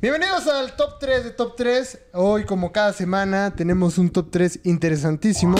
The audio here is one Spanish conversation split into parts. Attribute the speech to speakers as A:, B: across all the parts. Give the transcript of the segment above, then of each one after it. A: Bienvenidos al top 3 de top 3. Hoy, como cada semana, tenemos un top 3 interesantísimo.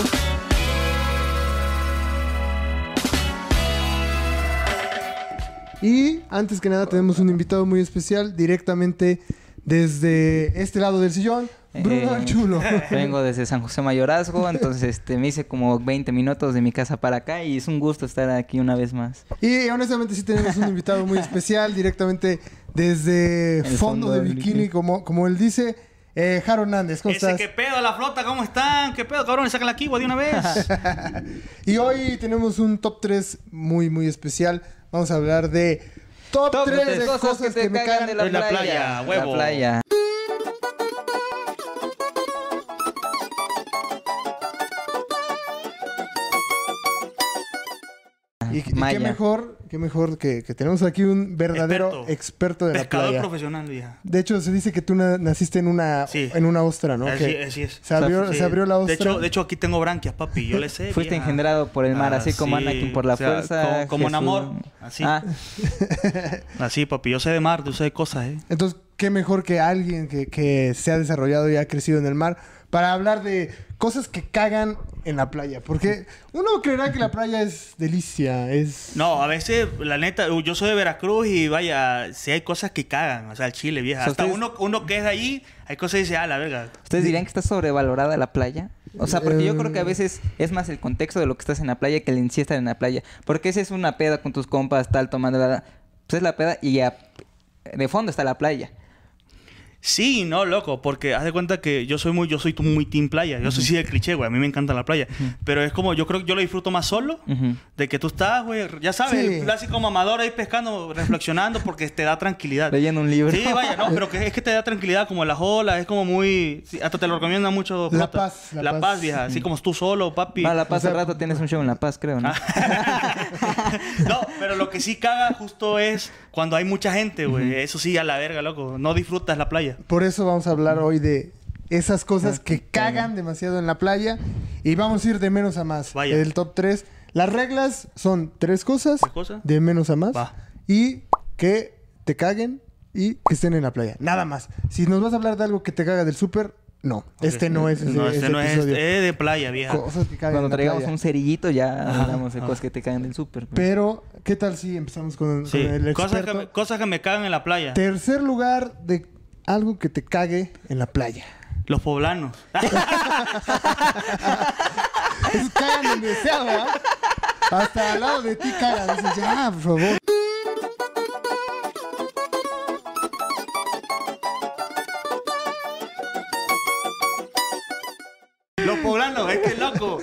A: Y antes que nada, tenemos un invitado muy especial directamente desde este lado del sillón. Bruno
B: Eh,
A: el Chulo.
B: Vengo desde San José Mayorazgo, entonces este, me hice como 20 minutos de mi casa para acá y es un gusto estar aquí una vez más.
A: Y honestamente sí tenemos un invitado muy especial directamente desde
B: El
A: fondo,
B: fondo
A: de
B: del
A: bikini,
B: bikini.
A: como, como él dice. Eh, Jaro Hernández, ¿cómo
C: Ese,
A: estás?
C: ¿qué pedo? La flota, ¿cómo están? ¿Qué pedo, cabrón? Sácala aquí, güey, de una vez.
A: Y hoy tenemos un top 3 muy, muy especial. Vamos a hablar de top, 3 de cosas, que,
B: te
A: me
B: cagan
A: cagan.
C: de la playa, huevo.
B: La playa.
A: Y, y qué
B: Maya.
A: mejor, qué mejor que, que tenemos aquí un verdadero
C: Experto.
A: experto de la
C: Pescador
A: playa.
C: profesional, vieja.
A: De hecho, se dice que tú na- naciste en una,
C: Sí.
A: en una ostra, ¿no?
C: Así,
A: Que
C: así es.
A: Se abrió,
C: Sí.
A: se abrió la
C: De
A: ostra.
C: hecho, de hecho, aquí tengo branquias, papi. Yo le sé.
B: Fuiste
C: vieja.
B: engendrado por el mar,
C: Ah,
B: así como
C: sí.
B: Anakin por la
C: O sea,
B: fuerza.
C: como- como en
B: Jesús.
C: amor, así.
B: Ah,
C: Así, papi. Yo sé de mar, tú sé de cosas, ¿eh?
A: Entonces, qué mejor que alguien que, que se ha desarrollado y ha crecido en el mar para hablar de cosas que cagan en la playa. Porque uno creerá que la playa es delicia, es...
C: No, a veces, la neta, uh, yo soy de Veracruz y vaya, si hay cosas que cagan, o sea, el Chile, vieja.
B: O sea,
C: Hasta
B: ustedes-
C: uno, uno que es de allí, hay cosas que dice, ah, la verga.
B: ¿Ustedes dirían que está sobrevalorada la playa? O sea, porque yo
A: Eh.
B: creo que a veces es más el contexto de lo que estás en la playa que el en sí estar en la playa. Porque esa es una peda con tus compas, tal, tomando la... Pues es la peda y ya... De fondo está la playa.
C: Sí, no, loco, porque haz de cuenta que yo soy muy, yo soy muy team playa. Yo soy sí de cliché, güey. A mí me encanta la playa. Pero es como, yo creo que yo lo disfruto más solo.
B: Ujú.
C: De que tú estás, güey, ya sabes,
A: Sí.
C: el clásico mamador ahí pescando, reflexionando, porque te da tranquilidad.
B: Leyendo un libro.
C: Sí, vaya, no, pero que, es que te da tranquilidad, como las olas, es como muy. sí, hasta te lo recomienda mucho.
A: La
C: Jota.
A: paz, la
C: La,
A: paz. Mm.
C: paz. vieja. Así como tú solo, papi.
B: No, La Paz
A: O sea,
B: al rato tienes un show en La Paz, creo, ¿no?
C: Ah, no, pero lo que sí caga justo es cuando hay mucha gente, güey. Eso sí, a la verga, loco. No disfrutas la playa.
A: Por eso vamos a hablar hoy de esas cosas
C: Ah,
A: que cagan demasiado en la playa y vamos a ir de menos a más.
C: Vaya.
A: El top 3. Las reglas son tres cosas,
C: ¿Tres cosas?
A: de menos a más
C: Va.
A: y que te caguen y que estén en la playa. Nada más. Si nos vas a hablar de algo que te caga del súper, no. Este no es ese,
C: No, este
A: ese
C: no es.
A: episodio.
C: Es de playa, vieja.
A: Cosas que cagan
B: Cuando
A: en la
B: traigamos
A: playa.
B: un cerillito ya hablamos de cosas que te caen del súper. pues.
A: Pero, ¿qué tal si empezamos con,
C: Sí.
A: con el experto?
C: Cosas que, me, cosas que me cagan en la playa.
A: Tercer lugar de algo que te cague en la playa.
C: Los poblanos. Ah,
A: Esos Pues, cagan donde sea, ¿verdad? Hasta al lado de ti cagan. Dices, ya, por favor.
C: Los poblanos, es que loco.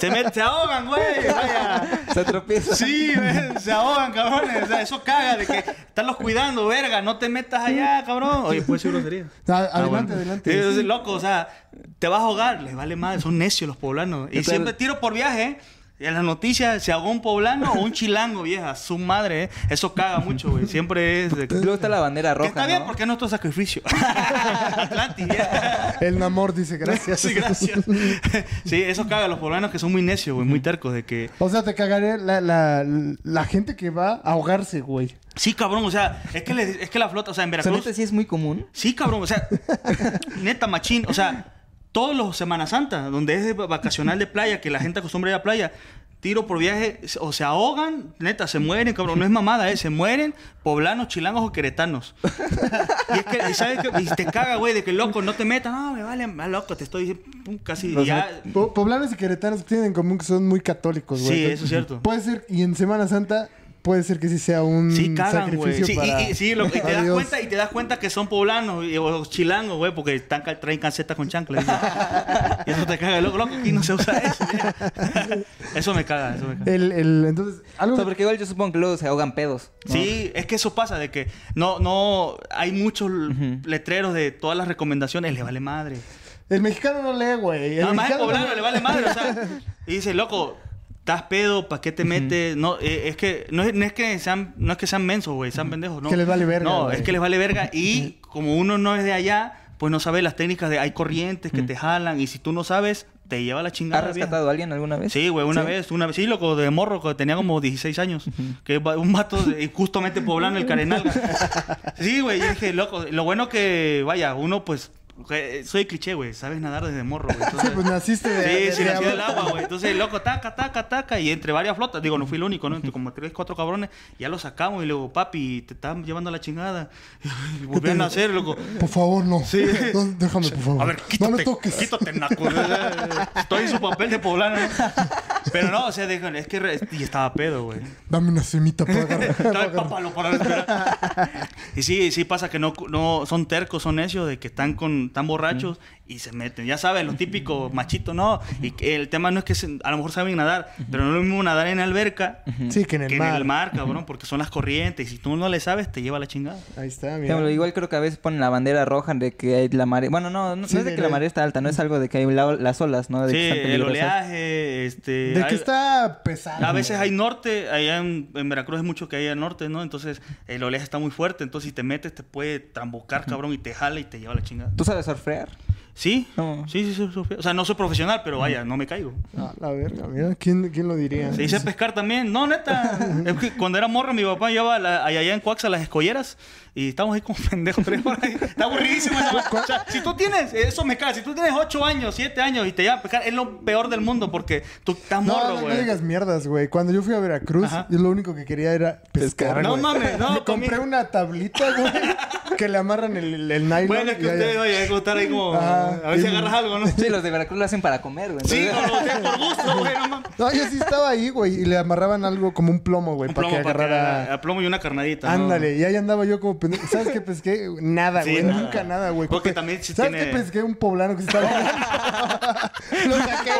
C: Se, me- se ahogan, güey. Vaya.
B: Se tropieza.
C: Sí, güey, se ahogan, cabrones. O sea, eso caga de que estarlos cuidando, verga. No te metas allá, cabrón. Oye, puede ser grosería. Ah,
A: No, adelante, adelante.
C: Es, loco, o sea, te vas a ahogar. Les vale madre. Son necios los poblanos. Y
B: Entonces-
C: siempre tiro por viaje. Y en las noticias se ahogó un poblano o un chilango, vieja. Su madre, eh. Eso caga mucho, güey. Siempre es... de-
B: Luego está la bandera
C: Que
B: roja,
C: está bien
B: ¿no?
C: porque es nuestro sacrificio. Atlantis, vieja.
A: El Namor dice gracias.
C: Sí, gracias. sí, eso caga a los poblanos que son muy necios, güey, muy tercos de que...
A: O sea, te cagaré la, la, la gente que va a ahogarse, güey.
C: Sí, cabrón, o sea, es que, les- es que la flota, o sea, en
B: O sea,
C: Veracruz...
B: neta, sí es muy común.
C: Sí, cabrón, o sea, neta, machín, o sea, todos los Semana Santa, donde es de vacacional de playa, que la gente acostumbra ir a playa, tiro por viaje, o se ahogan, neta, se mueren, cabrón, no es mamada, ¿eh? Se mueren poblanos, chilangos o queretanos. Y es que, y ¿sabes qué? Y te caga, güey, de que loco, no te metas, no, me vale, ah, loco, te estoy pum, casi
B: O sea,
C: ya...
A: Po- poblanos y queretanos tienen en común que son muy católicos, güey.
C: Sí, eso es cierto.
A: Puede ser, y en Semana Santa, puede ser que sí sea un
C: Sí, cagan, güey.
A: Mm, sacrificio
C: Sí, y-
A: para...
C: y, sí, lo- y te
A: para
C: das
A: Dios.
C: cuenta, y te das cuenta que son poblanos y- o chilangos, güey, porque están, cal- traen cancetas con chanclas. ¿sí? Y eso te caga, loco, loco, aquí no se usa eso. ¿sí? eso me caga, eso me caga.
A: El, el, entonces, algo...
B: O sea, porque igual yo supongo que luego se ahogan pedos. ¿no?
C: Sí, es que eso pasa, de que no, no, hay muchos letreros de todas las recomendaciones, le vale madre.
A: El mexicano no lee, güey. El
C: Nada más el
A: mexicano no
C: Ah, poblano
A: lee.
C: le vale madre, o sea, y dice, loco, estás pedo, ¿para qué te metes? No, eh, es que, no es, no es que sean, no es que sean mensos, güey, sean pendejos, no.
A: Que les vale verga,
C: No,
A: güey.
C: es que les vale verga y como uno no es de allá, pues no sabe las técnicas de hay corrientes que te jalan y si tú no sabes, te lleva la chingada.
B: ¿Has
C: vieja.
B: rescatado a alguien alguna vez?
C: Sí, güey, una
B: ¿Sí?
C: vez, una vez, sí, loco, de morro, cuando tenía como 16 años, que va- un vato, de- justamente poblano, el Carenal. Sí, güey, yo dije, loco, lo bueno que, vaya, uno pues, que- soy cliché, güey, sabes nadar desde morro, güey.
A: Sí,
C: entonces-
A: pues naciste de. de-
C: Sí, sí,
A: de-
C: nació del agua, güey. Entonces, loco, taca, taca, taca. Y entre varias flotas, digo, no fui el único, ¿no? Entre como tres, cuatro cabrones, ya lo sacamos y le digo, papi, te están llevando la chingada. Y volví a nacer, loco.
A: Por favor, no.
C: Sí.
A: No, déjame, por favor.
C: A ver, quítate,
A: No me toques.
C: quítate, naco. Estoy en su papel de poblano. Pero no, o sea, dijeron, es que... re- Y estaba pedo, güey.
A: Dame una semita para agarrar. para
C: Estaba el
A: agarrar.
C: pápalo para respirar. Y sí, sí pasa que no, no son tercos, son necios, de que están con tan borrachos y se meten. Ya sabes, lo típico machito, ¿no? Y que el tema no es que se- a lo mejor saben nadar, pero no es lo mismo nadar en alberca
A: Sí, que en el
C: que
A: mar.
C: en el mar, cabrón, porque son las corrientes. Y si tú no le sabes, te lleva la chingada.
A: Ahí está,
B: Por
A: mira.
B: ejemplo, igual creo que a veces ponen la bandera roja de que hay la marea. Bueno, no, no,
A: Sí,
B: no es de
A: de
B: que la
A: la-
B: marea está alta, no es algo de que hay la- las olas,
A: Ah,
B: ¿no? De
C: Sí,
B: que están
C: el
B: peligrosas.
C: oleaje, este...
A: De
C: hay-
A: que está pesado.
C: A veces hay norte, allá en, en Veracruz es mucho que hay al norte, ¿no? Entonces el oleaje está muy fuerte, entonces si te metes te puede trambocar, cabrón, y te jala y te lleva la chingada.
B: ¿Tú sabes surfear?
C: Sí,
B: No.
C: sí, sí, sí, Sofía. O sea, no soy profesional, pero vaya, no me caigo.
A: Ah, la verga, mira. ¿Quién, quién lo diría?
C: Se dice pescar también. No, neta. Es que cuando era morro, mi papá llevaba a la- allá, allá en Coaxa las escolleras y estábamos ahí como pendejos tres horas. Está aburridísimo. esa madre. O sea, si tú tienes, eso me cae, si tú tienes ocho años, siete años y te llevan a pescar, es lo peor del mundo porque tú estás
A: No,
C: morro,
A: no, no
C: güey.
A: digas mierdas, güey. Cuando yo fui a Veracruz,
C: Ajá.
A: yo lo único que quería era pescar,
B: Pescar.
C: No
A: güey.
C: mames, no,
A: Me compré
C: conmigo.
A: una tablita, güey, que le amarran el, el, el nylon.
C: bueno, es que
A: y ahí-
C: ustedes, vaya, a estar ahí como.
A: Ah,
C: a ver si
A: sí.
C: agarras algo, ¿no?
B: Sí, los de Veracruz lo hacen para comer, güey.
C: Sí,
B: Entonces-
C: no, lo tengo por gusto, güey, no mames.
A: No, yo sí estaba ahí, güey, y le amarraban algo como un plomo, güey,
C: Un
A: para que
C: plomo, para que
A: agarrara...
C: a plomo y una carnadita. ¿no?
A: Ándale, y ahí andaba yo como pendejo. ¿Sabes qué pesqué? Nada,
C: Sí,
A: güey.
C: nada.
A: Nunca nada, güey.
C: Porque
A: Pe-
C: también sí
A: ¿Sabes
C: tiene-
A: qué pesqué? Un poblano que se Oh, estaba. lo saqué.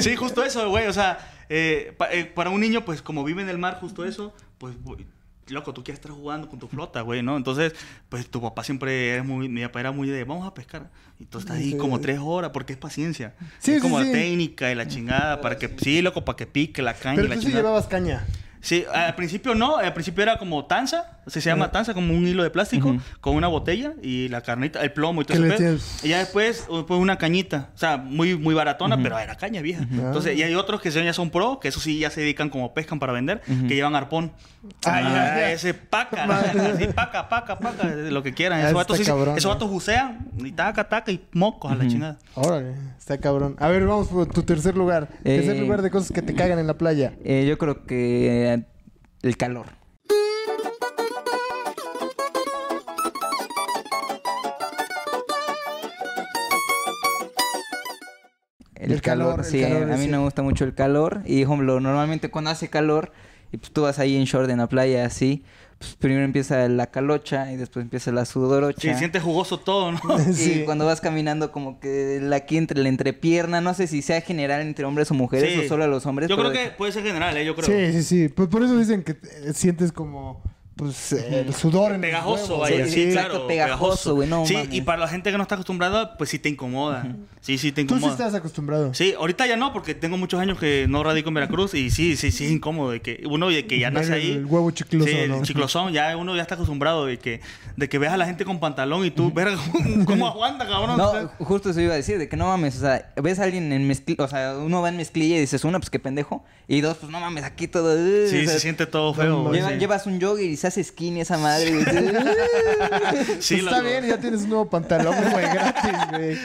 C: Sí, justo eso, güey. O sea, eh, pa- eh, para un niño, pues como vive en el mar, justo eso, pues, güey, loco, tú quieres estar jugando con tu flota, güey, ¿no? Entonces, pues tu papá siempre era muy, mi papá era muy de, vamos a pescar. Y tú estás ahí como tres horas, porque es paciencia.
A: Sí,
C: es
A: sí,
C: como la
A: sí.
C: técnica y la chingada, para que, sí, loco, para que pique la caña y
A: Pero
C: la
A: tú sí
C: chingada.
A: llevabas caña.
C: Sí, al principio no, al principio era como tanza, se se llama tanza, como un hilo de plástico, con una botella y la carnita, el plomo y todo
A: ¿Qué
C: ese
A: le
C: pedo.
A: tienes?
C: Y ya después, o- pues una cañita, o sea, muy, muy baratona, pero era caña vieja. Entonces, y
A: Ah.
C: hay otros que se- ya son pro, que eso sí ya se dedican como pescan para vender, que llevan arpón.
A: Ah,
C: Ahí,
A: ya.
C: ahí, ese paca, así, paca, paca, paca, lo que quieran.
A: Ah,
C: Esos
A: Está
C: vatos, sí-
A: cabrón,
C: esos
A: ¿eh?
C: vatos bucean y taca, taca y mocos a la chingada.
A: Órale, está cabrón. A ver, vamos por tu tercer lugar.
B: Eh,
A: Tercer lugar de cosas que te cagan en la playa.
B: Eh, yo creo que eh, el calor. El,
A: El
B: calor,
A: calor, el
B: sí,
A: calor,
B: a mí
A: sí.
B: no me gusta mucho el calor. Y, por ejemplo, normalmente cuando hace calor, y pues tú vas ahí en short en la playa, así, pues primero empieza la calocha y después empieza la sudorocha.
C: Sí, sientes jugoso todo, ¿no?
B: Y
A: Sí.
B: cuando vas caminando como que la aquí entre la entrepierna, no sé si sea general entre hombres o mujeres
C: Sí.
B: o solo a los hombres.
C: Yo
B: pero
C: creo que puede ser general, ¿eh? Yo creo.
A: Sí, sí, sí. Pues por eso dicen que eh, sientes como. Pues eh, el sudor en los
C: Mm. Pegajoso,
A: huevos,
C: vaya.
A: güey.
C: Sí,
B: sí,
C: claro.
B: exacto, pegajoso, güey, no
C: Sí,
B: mames.
C: y para la gente que no está acostumbrada, pues sí te incomoda. Sí, sí te
A: Tú sí
C: incomoda.
A: estás acostumbrado.
C: Sí, ahorita ya no, porque tengo muchos años que no radico en Veracruz y sí, sí, sí es incómodo de que uno de que ya nace
A: Ver el-
C: ahí.
A: el huevo chicloso,
C: Sí, el
A: ¿no?
C: chiclosón, ya uno ya está acostumbrado de que, de que veas a la gente con pantalón y tú, verga, ¿cómo aguanta, cabrón?
B: No, justo eso iba a decir, de que no mames, o sea, ves a alguien en mezclilla, o sea, uno va en mezclilla y dices, una, pues qué pendejo, y dos, pues no mames, aquí todo... uh, o
C: sí,
B: sea,
C: se siente todo feo. güey,
B: lleva-
C: sí.
B: Llevas un jogger y se hace skinny esa madre. "Uh". güey.
C: Sí,
A: Pues está
C: loco.
A: bien, ya tienes un nuevo pantalón, güey, gratis, güey.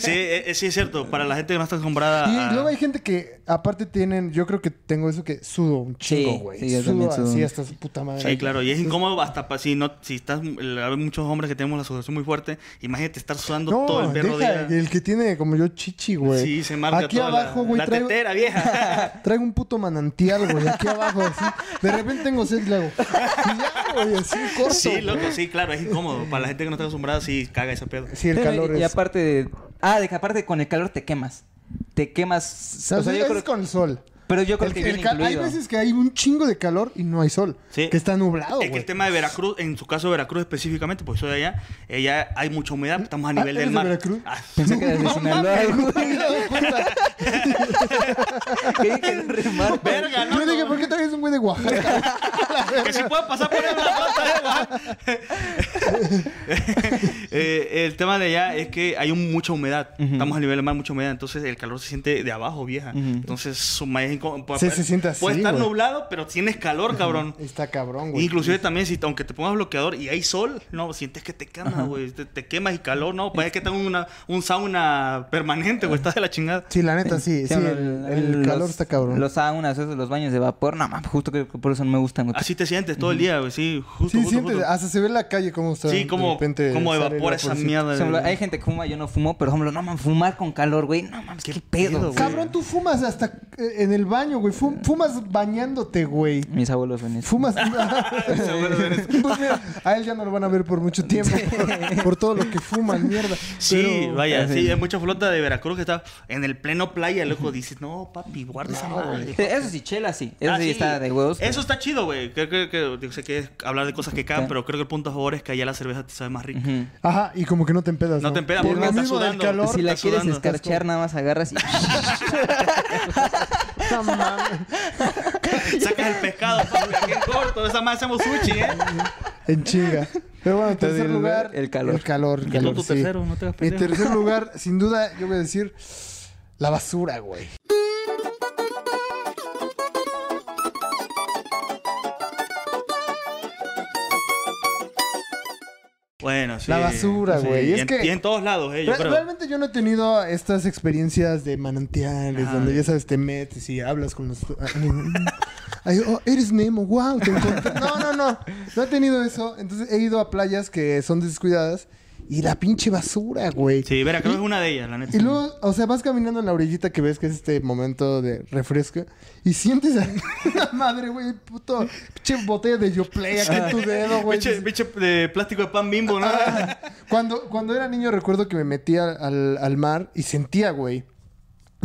C: Sí, eh, eh, sí, es cierto, para la gente que no está acostumbrada. a-
A: Y luego hay gente que, aparte, tienen. Yo creo que tengo eso que sudo un chingo,
B: Sí,
A: güey.
B: sí, yo
A: sudo
B: también sudo.
A: así hasta su puta madre.
C: Sí, claro, y es incómodo hasta para si no, si estás, hay muchos hombres que tenemos la sudoración muy fuerte, imagínate estar sudando
A: No,
C: todo el perro
A: deja,
C: día.
A: el que tiene como yo chichi, güey.
C: Sí, se marca
A: Aquí
C: toda
A: abajo,
C: la,
A: güey,
C: la
A: traigo,
C: tetera vieja.
A: traigo un puto manantial, güey, aquí abajo, así. De repente tengo sed y le hago. Y ya, güey, así corto.
C: sí,
A: güey.
C: loco, sí, claro, es incómodo. Para la gente que no está acostumbrada, sí, caga ese pedo.
A: Sí, el calor
B: y,
A: es.
B: aparte de... Ah, de que aparte con el calor te quemas. Te quemas...
A: o
B: o sea, yo creo-
A: con el sol.
B: Pero yo creo
A: El-
B: que
A: el
B: viene
A: cal- hay
B: incluido.
A: veces que hay un chingo de calor y no hay sol.
C: Sí.
A: Que está nublado,
C: Es que
A: güey.
C: el tema de Veracruz, en su caso Veracruz específicamente, porque soy de allá, eh, ya hay mucha humedad, estamos a
A: Ah,
C: nivel del
A: ¿eres de
C: mar.
A: Veracruz?
C: Ah,
B: Pensé que eras de
A: No
B: Sinaloa,
A: mames,
B: güey.
A: no me he dado cuenta.
B: Creí que era un remar.
C: verga,
A: Yo
C: loco.
A: dije, ¿por qué traes un güey de Oaxaca.
C: que si puede pasar por ahí, la plata de Oaxaca. Eh, el tema de allá es que hay un- mucha humedad. Estamos a nivel del mar, mucha humedad. Entonces el calor se siente de abajo, vieja. Entonces su maíz es inco- puede-
A: Sí, se siente así,
C: Puede estar
A: güey.
C: nublado, pero tienes calor, cabrón.
A: Está cabrón, güey.
C: Inclusive también, si, aunque te pongas bloqueador y hay sol, no, sientes que te quemas, güey. Te, te quemas y calor, no. Parece que tengo una, un sauna permanente, güey. Estás de la chingada.
A: Sí, la neta, sí. Sí,
B: Sí,
A: el, el
B: los-
A: calor está cabrón.
B: Los saunas, esos, los baños de vapor, no mames, justo que que por eso no me gustan. güey.
C: Así te sientes todo el día, güey. Sí, justo,
A: sí,
C: justo,
A: sientes, ah,
C: justo.
A: hasta se ve la calle como está.
C: Sí, como, como evapora esa mierda.
B: Por
C: de-
B: ejemplo, hay gente que fuma, yo no fumo, pero por ejemplo, no mames, fumar con calor, güey, no mames, qué, pedo, güey.
A: Cabrón, tú fumas hasta eh, en el baño, güey. Fu- fumas bañándote, güey.
B: Mis abuelos ven eso.
A: Fumas.
C: Se vuelve en esto.
A: Pues mira, a él ya no lo van a ver por mucho tiempo. Por, por todo lo que fuman, mierda.
C: Sí,
A: Pero-
C: vaya, sí,
B: Sí.
C: hay mucha flota de Veracruz que está en el pleno playa, loco, dices, no, papi, guarda esa madre.
B: Sí, Eso sí, chela, sí. Eso
C: Ah,
B: sí,
C: sí.
B: está de huevos.
C: Eso está chido, güey. Creo que, que- yo sé que es hablar de cosas que caen,
B: Ok.
C: pero creo que el punto a favor es que allá la cerveza te sabe más rica.
B: Ujú.
A: Ajá, y como que no te empedas.
C: No te empedas
A: Por
C: porque
A: lo
C: estás
A: mismo del
C: sudando.
A: calor.
B: Si la
C: está
B: quieres
C: sudando.
B: escarchar, nada más agarras y...
A: No mames.
C: Sacas el pescado, papi, aquí en corto, esa más hacemos sushi, ¿eh?
A: En chinga. Pero bueno, en tercer
B: el-
A: lugar.
B: el calor.
A: El calor. el
C: Y tú
A: calor,
C: tu
A: sí.
C: tercero, no te hagas
A: Mi
C: pendejo.
A: tercer lugar, sin duda, yo voy a decir. La basura, güey.
C: Bueno, sí.
A: La basura,
C: sí.
A: güey,
C: Y,
A: es
C: en-
A: que-
C: y en todos lados, eh, yo
A: Re-
C: creo.
A: Realmente yo no he tenido estas experiencias de manantiales,
C: Ah.
A: donde ya sabes, te metes y hablas con los... ah, Ay, oh, eres Nemo, wow, te encontré. No, no, no, no he tenido eso. Entonces he ido a playas que son descuidadas y la pinche basura, güey.
C: Sí, Veracruz es una de ellas, la neta.
A: Y luego, o sea, vas caminando en la orillita que ves que es este momento de refresco y sientes a la madre, güey, puto, pinche botella de Yoplay aquí en tu dedo, güey. Ah,
C: Biche, biche de plástico de pan bimbo, ¿no?
A: Cuando, cuando era niño recuerdo que me metía al, al mar y sentía, güey.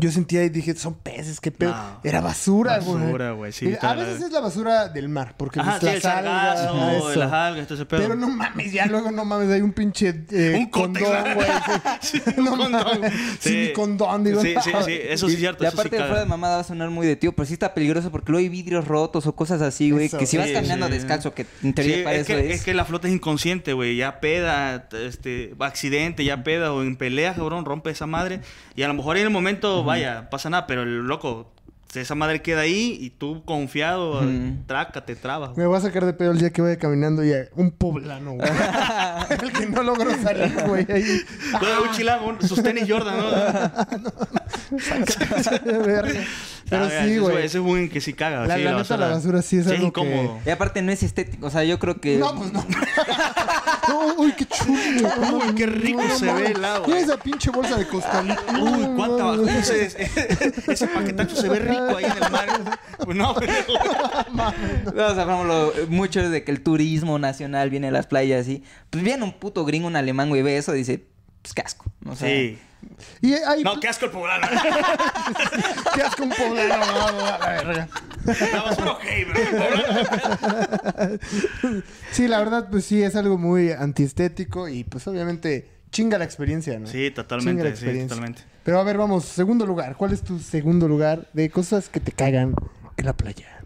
A: Yo sentía y dije, son peces, qué pedo.
C: No.
A: Era basura, güey.
C: Basura, güey, sí,
A: Mira,
C: está
A: A
C: la-
A: veces es la basura del mar, porque
C: Ajá,
A: pues,
C: sí, el
A: las algas, ajá,
C: sargazo,
A: eso.
C: las algas, todo ese pedo.
A: Pero no mames, ya luego no mames, hay un pinche eh,
C: Un cótex,
A: condón, güey. sí.
C: un
A: no
C: condón.
A: mames. Sí, ni condón, digo.
C: Sí,
A: no.
C: sí, sí, eso sí es cierto.
B: Y
C: eso sí
B: aparte de
C: caga.
B: fuera de mamada va a sonar muy de tío, pero sí está peligroso porque luego hay vidrios rotos o cosas así, güey.
A: Eso,
B: Que si vas
C: sí,
B: caminando
C: sí.
B: descalzo, que en teoría
C: Sí,
B: para
C: es,
B: eso
C: que,
B: es.
C: es que la flota es inconsciente, güey. Ya peda, t- este, accidente, ya peda o en peleas, cabrón, rompe esa madre. Y a lo mejor en el momento, vaya, pasa nada, pero el loco, esa madre queda ahí y tú confiado,
B: Ujú.
C: traca, te trabas.
A: Me
C: güey.
A: voy a sacar de pedo el día que vaya caminando y eh, un poblano, güey. el que no logró salir, güey. ahí.
C: Luego un chilango, un- sus tenis Jordan, ¿no?
A: Verga. Pero
C: Ah, vea,
A: sí,
C: ese es-
A: güey.
C: Ese es un que sí caga.
A: La-
C: sí,
A: la neta, la basura sí es algo que-
C: incómodo.
B: Y aparte no es estético, o sea, yo creo que...
A: No, pues no. No, uy, qué chulo.
C: Uy, qué rico se ve el agua. eh?
A: Mira esa pinche bolsa de costalito.
C: Uy, cuánta basura. Ese, ese paquetazo se ve rico ahí en el mar. Pues no, pendejo.
B: No, o sea, por ejemplo, mucho es de que el turismo nacional viene a las playas y... Pues viene un puto gringo, un alemán, güey, ve eso y dice... Pues casco, o sea...
C: Sí.
A: Y ahí,
C: No, qué asco el poblano.
A: qué asco un poblano. no, no, la verga.
C: La basura, ok, pero el poblano.
A: Sí, la verdad, pues sí, es algo muy antiestético y pues obviamente chinga la experiencia, ¿no?
C: Sí, totalmente,
A: Chinga la
C: sí,
A: experiencia.
C: totalmente.
A: Pero a ver, vamos, segundo lugar. ¿Cuál es tu segundo lugar de cosas que te cagan en la playa?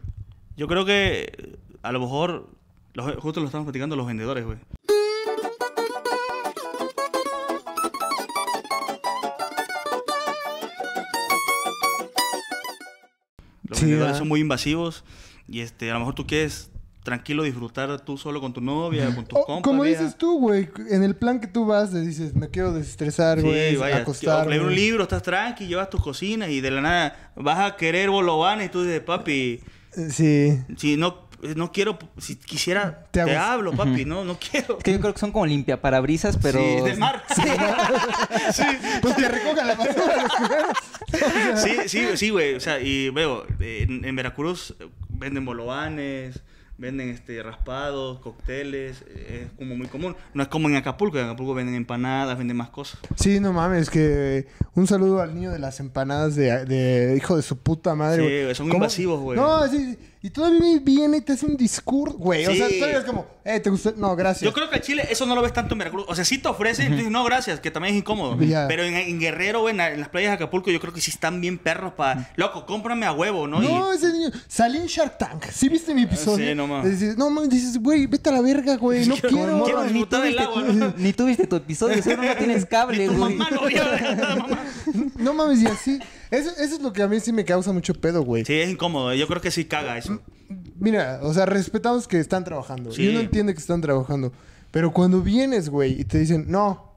C: Yo creo que eh, a lo mejor, los- justo lo estamos platicando los vendedores, güey. Los
A: Sí,
C: vendedores
A: ¿verdad?
C: son muy invasivos y este, a lo mejor tú quieres tranquilo disfrutar tú solo con tu novia, con tus
A: O,
C: compas.
A: como
C: vieja.
A: dices tú, güey, en el plan que tú vas, le dices, me quiero desestresar, güey,
C: Sí, vaya.
A: acostar.
C: o leer un
A: güey.
C: libro, estás tranqui, llevas tus cocinas y de la nada vas a querer bolobanes y tú dices, papi,
A: Eh, Sí.
C: si no, no quiero, si quisiera,
A: Te
C: te,
A: hago-
C: hablo, papi, no, no quiero.
B: Es que yo creo que son como limpiaparabrisas, pero...
C: Sí, del mar. Sí,
A: Pues que recojan la basura los culeros.
C: sí, sí, sí, güey. O sea, y veo, eh, en, en Veracruz eh, venden bolovanes, venden este raspados, cócteles, eh, es como muy común. No es como en Acapulco, en Acapulco venden empanadas, venden más cosas.
A: Sí, no mames, que un saludo al niño de las empanadas de, de hijo de su puta madre.
C: Sí,
A: güey.
C: güey, son
A: ¿Cómo?
C: invasivos, güey.
A: No, sí, sí. Y todavía viene y te hace un discurso, güey. O
C: Sí.
A: sea, todavía es como, eh, ¿te gustó? No, gracias.
C: Yo creo que en Chile eso no lo ves tanto en Veracruz. O sea, sí te ofrecen, tú dices, no, gracias, que también es incómodo.
A: Ya.
C: Pero en, en Guerrero, güey, en, la- en las playas de Acapulco, yo creo que sí están bien perros para. Loco, cómprame a huevo, ¿no? Ah,
A: No, ese niño. Salí en Shark Tank. ¿Sí viste mi episodio?
C: sí, no mames.
A: Dices, no mames, dices, güey, vete a la verga, güey. No
C: Quiero-
A: quiero.
C: quiero
B: ni,
C: disfrutar del
B: tuviste,
C: agua, ¿no?
B: ni tuviste tu episodio, seguro no tienes
C: Y,
B: cable,
C: tu
B: güey.
C: mamá lo vio, la mamá.
A: No mames, y así. Eso, eso es lo que a mí sí me causa mucho pedo, güey.
C: Sí, es incómodo. Yo creo que sí caga eso.
A: Mira, o sea, respetamos que están trabajando.
C: Sí.
A: Y uno entiende que están trabajando. Pero cuando vienes, güey, y te dicen, no,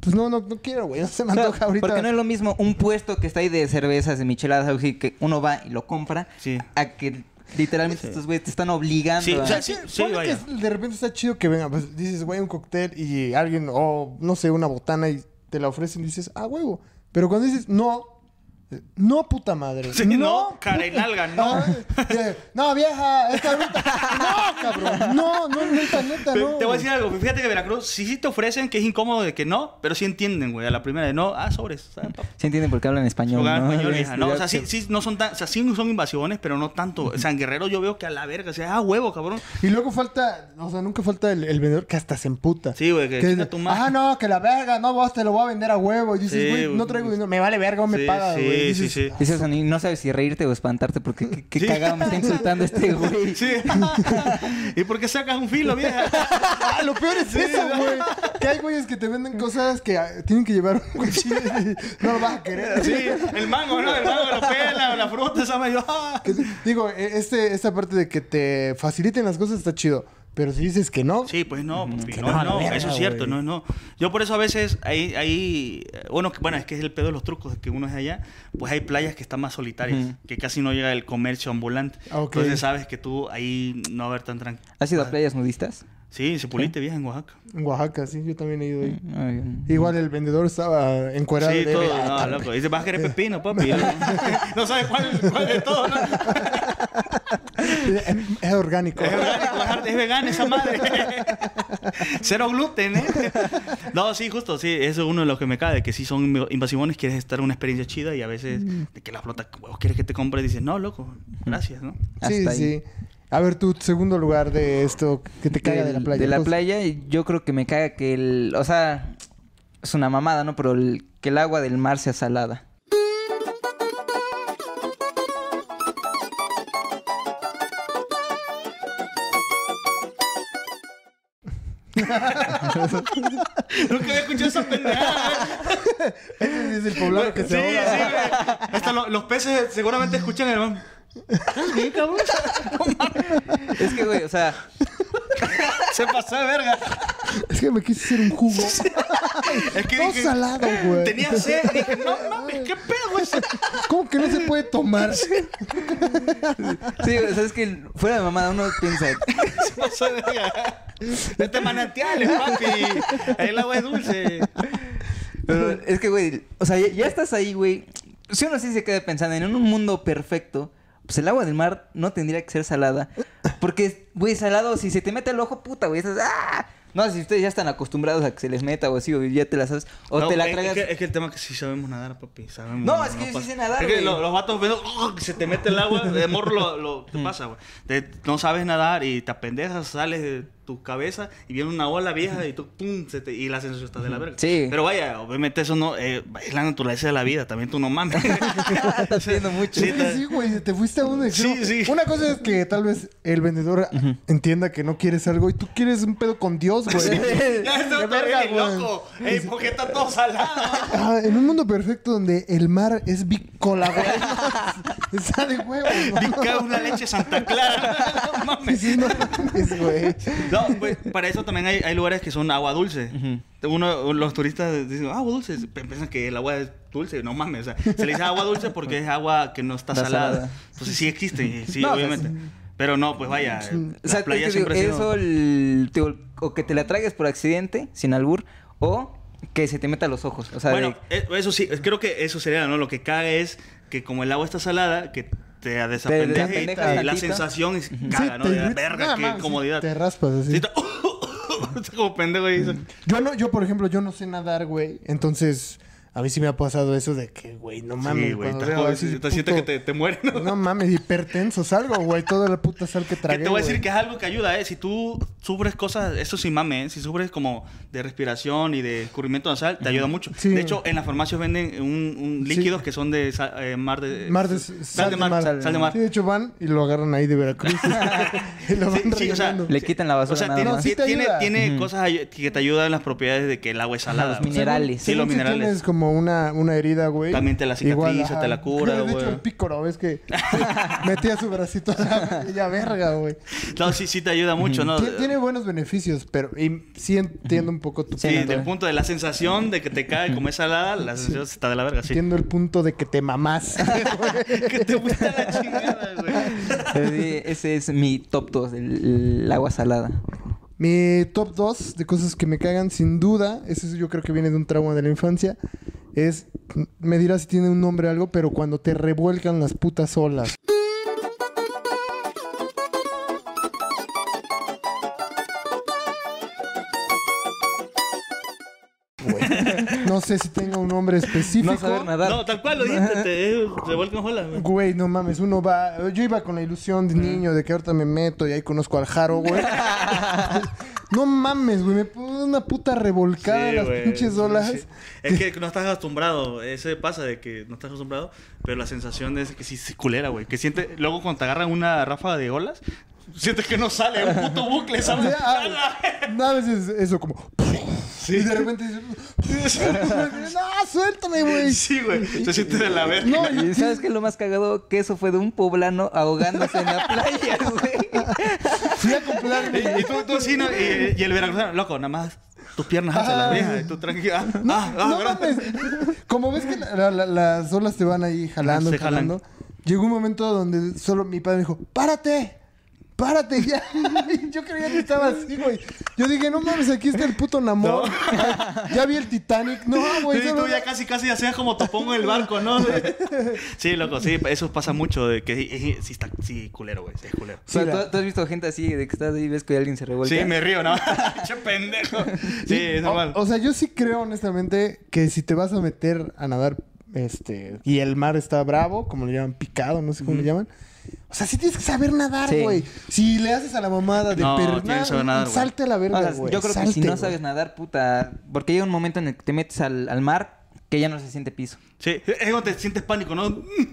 A: pues no, no, no quiero, güey. No se me
B: Claro,
A: antoja ahorita.
B: Porque no es lo mismo un puesto que está ahí de cervezas, de micheladas, algo así, que uno va y lo compra,
C: Sí.
B: a que literalmente estos güeyes te están obligando
C: Sí,
B: a...
C: o sea, sí,
A: Ponle
C: sí,
A: que
C: vaya.
A: es- de repente está chido que venga, pues dices, güey, un cóctel y alguien, o no sé, una botana y te la ofrecen y dices, ah, huevo. Pero cuando dices, no, eh, no, puta madre.
C: Sí, no, cara y nalga, no.
A: Ah, eh, no, vieja, esta ahorita. No, cabrón. No, no, neta, neta,
C: Te-
A: no.
C: te voy a decir algo. Fíjate que Veracruz sí, sí te ofrecen que es incómodo de que no, pero sí entienden, güey. A la primera de no, ah, sobres. Ah, pa-
B: Sí entienden por qué hablan español,
C: Jugar
B: ¿no? Este,
C: español,
B: Es-
C: hija, no, o sea, sí,
B: sí,
C: sí, no son tan, o sea, sí son invasiones, pero no tanto. O sea, en Guerrero yo veo que a la verga, o sea, ah, huevo, cabrón.
A: Y luego falta, o sea, nunca falta el, el vendedor que hasta se emputa.
C: Sí, güey, que
A: es
C: chinga
A: de,
C: tu madre.
A: Ah, no, que la verga, no, vos te lo voy a vender a huevo. Y
C: Sí,
A: dices, güey,
C: güey.
A: no traigo dinero, me vale verga, o me
C: Sí,
A: paga,
C: sí,
A: güey. Y
C: sí,
A: dices,
C: sí.
B: Sí, o sea, ni- no sabes si reírte o espantarte porque qué, qué
C: Sí.
B: cagado me está insultando este güey.
C: Sí. ¿Y por qué sacas un filo, vieja?
A: Ah, lo peor es eso, güey. Que hay güeyes que te venden cosas que ah, tienen que llevar un cuchillo. no lo vas a querer.
C: Sí, el mango, ¿no? El mango, la pela, la fruta, esa medio. ah.
A: Que- digo, e- este, esta parte de que te faciliten las cosas está chido. Pero si dices que no,
C: Sí, pues no, papi,
A: que
C: no,
A: no, a
C: no,
A: la verga,
C: eso es cierto,
A: güey.
C: no, no. Yo por eso a veces ahí, ahí, eh, bueno, que- bueno, es que es el pedo de los trucos, que uno es de allá, pues hay playas que están más solitarias,
B: Ujú.
C: que casi no llega el comercio ambulante.
A: Ah, ok.
C: Entonces sabes que tú ahí no va a haber tan tranquilo.
B: ¿Has ido a playas nudistas?
C: Sí, se
A: ¿Eh?
C: pulite vieja en Oaxaca.
A: en Oaxaca, sí, yo también he ido ahí.
B: No, yo no.
A: Igual el vendedor estaba encuerado.
C: Sí,
A: de-
C: todo.
A: Ah,
C: No, loco. Dice, vas a querer pepino, papi. no sabes cuál, cuál de todo, ¿no?
A: es, es orgánico.
C: Es orgánico, es arte, es vegano esa madre. Cero gluten, ¿eh? No, sí, justo, sí. Eso es uno de los que me cae, que sí son invasivones, quieres estar en una experiencia chida y a veces de que la flota, huevos, quieres que te compre, dices, no, loco, gracias, ¿no?
A: sí,
B: Hasta ahí.
A: sí. A ver, tu segundo lugar de esto que te caiga de, la playa. Pues,
B: playa, y yo creo que me caga que el. O sea, es una mamada, ¿no? Pero el- que el agua del mar sea salada.
C: Nunca había escuchado esa pendejada. ¿eh?
A: Ese es el poblano que
C: sí,
A: se ahoga.
C: sí, güey. Hasta lo- los peces seguramente escuchan, hermano.
B: Sí, cabrón. es que, güey, o sea,
C: Se pasó de verga.
A: Es que me quise hacer un jugo.
C: Es que
A: Todo
C: dije,
A: salado, güey.
C: tenía sed. Dije, no mames, qué pedo eso.
A: ¿Cómo que no se puede tomar?
B: sí, o sea, es que fuera de mamada uno piensa.
C: No soy de allá. Este manantial, es, papi. El agua es dulce.
B: Pero es que, güey, o sea, ya, ya estás ahí, güey. Si uno sí se queda pensando en un mundo perfecto, pues el agua del mar no tendría que ser salada. Porque, güey, salado, si se te mete el ojo, puta, güey, estás. ¡Ah! No, si ustedes ya están acostumbrados a que se les meta o así, o ya te la sabes. O
C: No,
B: te la
C: es,
B: tragas.
C: Es que, es que el tema es que sí sabemos nadar, papi. Sabemos.
B: No, es que yo sí
C: pasa.
B: sé nadar,
C: Es que
B: güey.
C: lo- los vatos ven, ¡oh! se te mete el agua, de morro lo, lo-
B: Mm.
C: te pasa, güey. Te- No sabes nadar y te apendejas, sales de tu cabeza y viene una ola vieja y tú, pum, se te- y la sensación está de la verga.
B: Sí.
C: Pero vaya, obviamente eso no eh, es la naturaleza de la vida. También tú no mames.
B: Estás pidiendo mucho.
A: Sí,
C: Sí, te-
A: sí, güey, te fuiste a uno de
C: Sí,
A: extremo.
C: sí.
A: Una cosa es que tal vez el vendedor entienda que no quieres algo y tú quieres un pedo con Dios, güey.
C: Ya está
A: Qué
C: otra
A: verga,
C: vez,
A: güey.
C: loco. Ey, ¿por qué está todo salado?
A: Ah, en un mundo perfecto donde el mar es bicola, güey. Está de huevo.
C: Pica una leche Santa Clara. No mames.
A: No mames, güey.
C: No, pues para eso también hay, hay lugares que son agua dulce. Uno, los turistas dicen, agua dulce, pe- piensan que el agua es dulce, no mames. O sea, se le dice agua dulce porque es agua que no está
B: Está
C: salada.
B: salada.
C: Entonces sí existe, y sí,
B: No, o sea,
C: obviamente. Pero no, pues vaya,
B: O
C: las
B: sea, es
C: playas
B: que digo,
C: siempre ha
B: eso,
C: sido-
B: el- digo, o que te la tragues por accidente, sin albur, o que se te meta a los ojos. O sea,
C: Bueno,
B: de-
C: eh, eso sí, eh, creo que eso sería, ¿no? Lo que caga es que como el agua está salada, que te desapendeja y,
B: desapendejas
C: y la
B: tantito.
C: sensación es
A: Sí,
C: caga, ¿no?
A: te
C: De
A: irrita-
C: verga,
A: no,
C: qué
A: mames,
C: comodidad.
A: Te raspas así.
C: Sí, está- como pendejo y dice,
A: Yo no, yo por ejemplo, yo no sé nadar, güey. Entonces, A mí sí me ha pasado eso de que, güey, no mames.
C: sí, güey.
A: cuando
C: Te,
A: veo así,
C: te sientes que
A: puto-
C: te, te mueren, ¿no?
A: No mames, hipertenso salgo, güey. Toda la puta sal que tragué,
C: que te voy a decir
A: güey.
C: que es algo que ayuda, ¿eh? Si tú sufres cosas, eso sí mame, ¿eh? Si sufres como de respiración y de escurrimiento nasal, te ayuda mucho.
A: Sí.
C: De hecho, en las farmacias venden un, un
A: Sí.
C: líquidos que son de sal- eh, mar de...
A: Mar de-
C: sal, de mar. Sal, de mar.
A: Sí, de hecho van y lo agarran ahí de Veracruz. y lo van
C: Sí, sí, o sea,
A: rellenando.
B: Le quitan la basura
C: O sea,
B: nada
C: tiene,
B: más.
A: sí te
C: tiene,
A: ayuda.
C: tiene cosas ay- que te ayudan en las propiedades de que el agua es salada.
B: los
C: güey.
B: minerales.
C: Sí, los
A: si
C: minerales.
A: tienes como una, una herida, güey.
C: También te la cicatriza,
A: ajá.
C: te la cura,
A: De hecho,
C: güey.
A: el pícoro, ves que metía su bracito a la ya verga, güey.
C: No, sí, sí te ayuda mucho, ¿no?
A: Tie- Tiene buenos beneficios, pero y sí entiendo un poco tu
B: Sí,
C: Sí,
A: punto.
C: del punto de la sensación de que te cae como es salada, la sensación está de la verga, sí.
A: Entiendo el punto de que te mamás.
C: que te gusta la chingada, güey.
B: Pero sí, ese es mi top 2, el, el agua salada.
A: Mi top 2 de cosas que me cagan, sin duda, eso yo creo que viene de un trauma de la infancia, es, me dirás si tiene un nombre o algo, pero cuando te revuelcan las putas olas. Güey, No sé si tenga un nombre específico.
B: No saber nadar.
C: No, tal cual lo dijiste, te eh, revuelcan olas, güey.
A: Güey, no mames, uno va. Yo iba con la ilusión de niño de que ahorita me meto y ahí conozco al Jaro, güey. no mames, güey, me puso una puta revolcada
C: Sí,
A: las
C: güey.
A: pinches olas.
C: Sí. Es que no estás acostumbrado. Ese pasa de que no estás acostumbrado. Pero la sensación es que sí se culera, güey. Que siente... Luego cuando te agarran una ráfaga de olas, sientes que no sale. Un puto bucle,
A: O
C: ¿sabes?
A: sea, ah, a veces eso como. Y de repente dices, no, suéltame, güey.
C: Sí, güey. Se siente de la verga.
A: No,
B: ¿Y sabes qué es lo más cagado? Que eso fue de un poblano ahogándose en la playa, güey.
A: fui a comprar.
C: Y, y tú, tú así, ¿no? y, y el veracruzano, loco, nada más tus piernas hacia la vieja, y tú tranquilo. Ah,
A: No,
C: ah, ah,
A: no
C: gracias.
A: mames. Como ves que la- la- las olas te van ahí jalando,
C: Se jalan.
A: jalando. Llegó un momento donde solo mi padre dijo, ¡párate! ¡Párate ya! Y Yo creía que estaba así, güey. Yo dije, no mames, aquí está el puto Namor. ya vi el Titanic. No, güey.
C: Sí,
A: solo-
C: tú ya casi, casi hacías como topongo en el barco, ¿no? Sí, loco, sí, eso pasa mucho. De que sí, sí está, sí, culero, güey, sí, es culero.
B: O sea,
A: Sí, la-
B: ¿tú, tú has visto gente así de que estás ahí y ves que alguien se revuelca.
C: Sí, me río, ¿no? che pendejo. Sí, Oh, es normal.
A: O, o sea, yo sí creo honestamente que si te vas a meter a nadar este y el mar está bravo, como le llaman picado, no sé cómo le llaman. O sea, sí tienes que saber nadar,
B: Sí.
A: güey. Si le haces a la mamada de
C: No,
A: perna-
C: tienes que saber nadar, güey.
A: salte a la verga,
B: O sea,
A: güey.
B: yo creo que si
A: salte,
B: no
A: güey.
B: sabes nadar, puta. Porque llega un momento en el que te metes al, al mar que ya no se siente piso.
C: Sí, Mm. es cuando te sientes pánico, ¿no?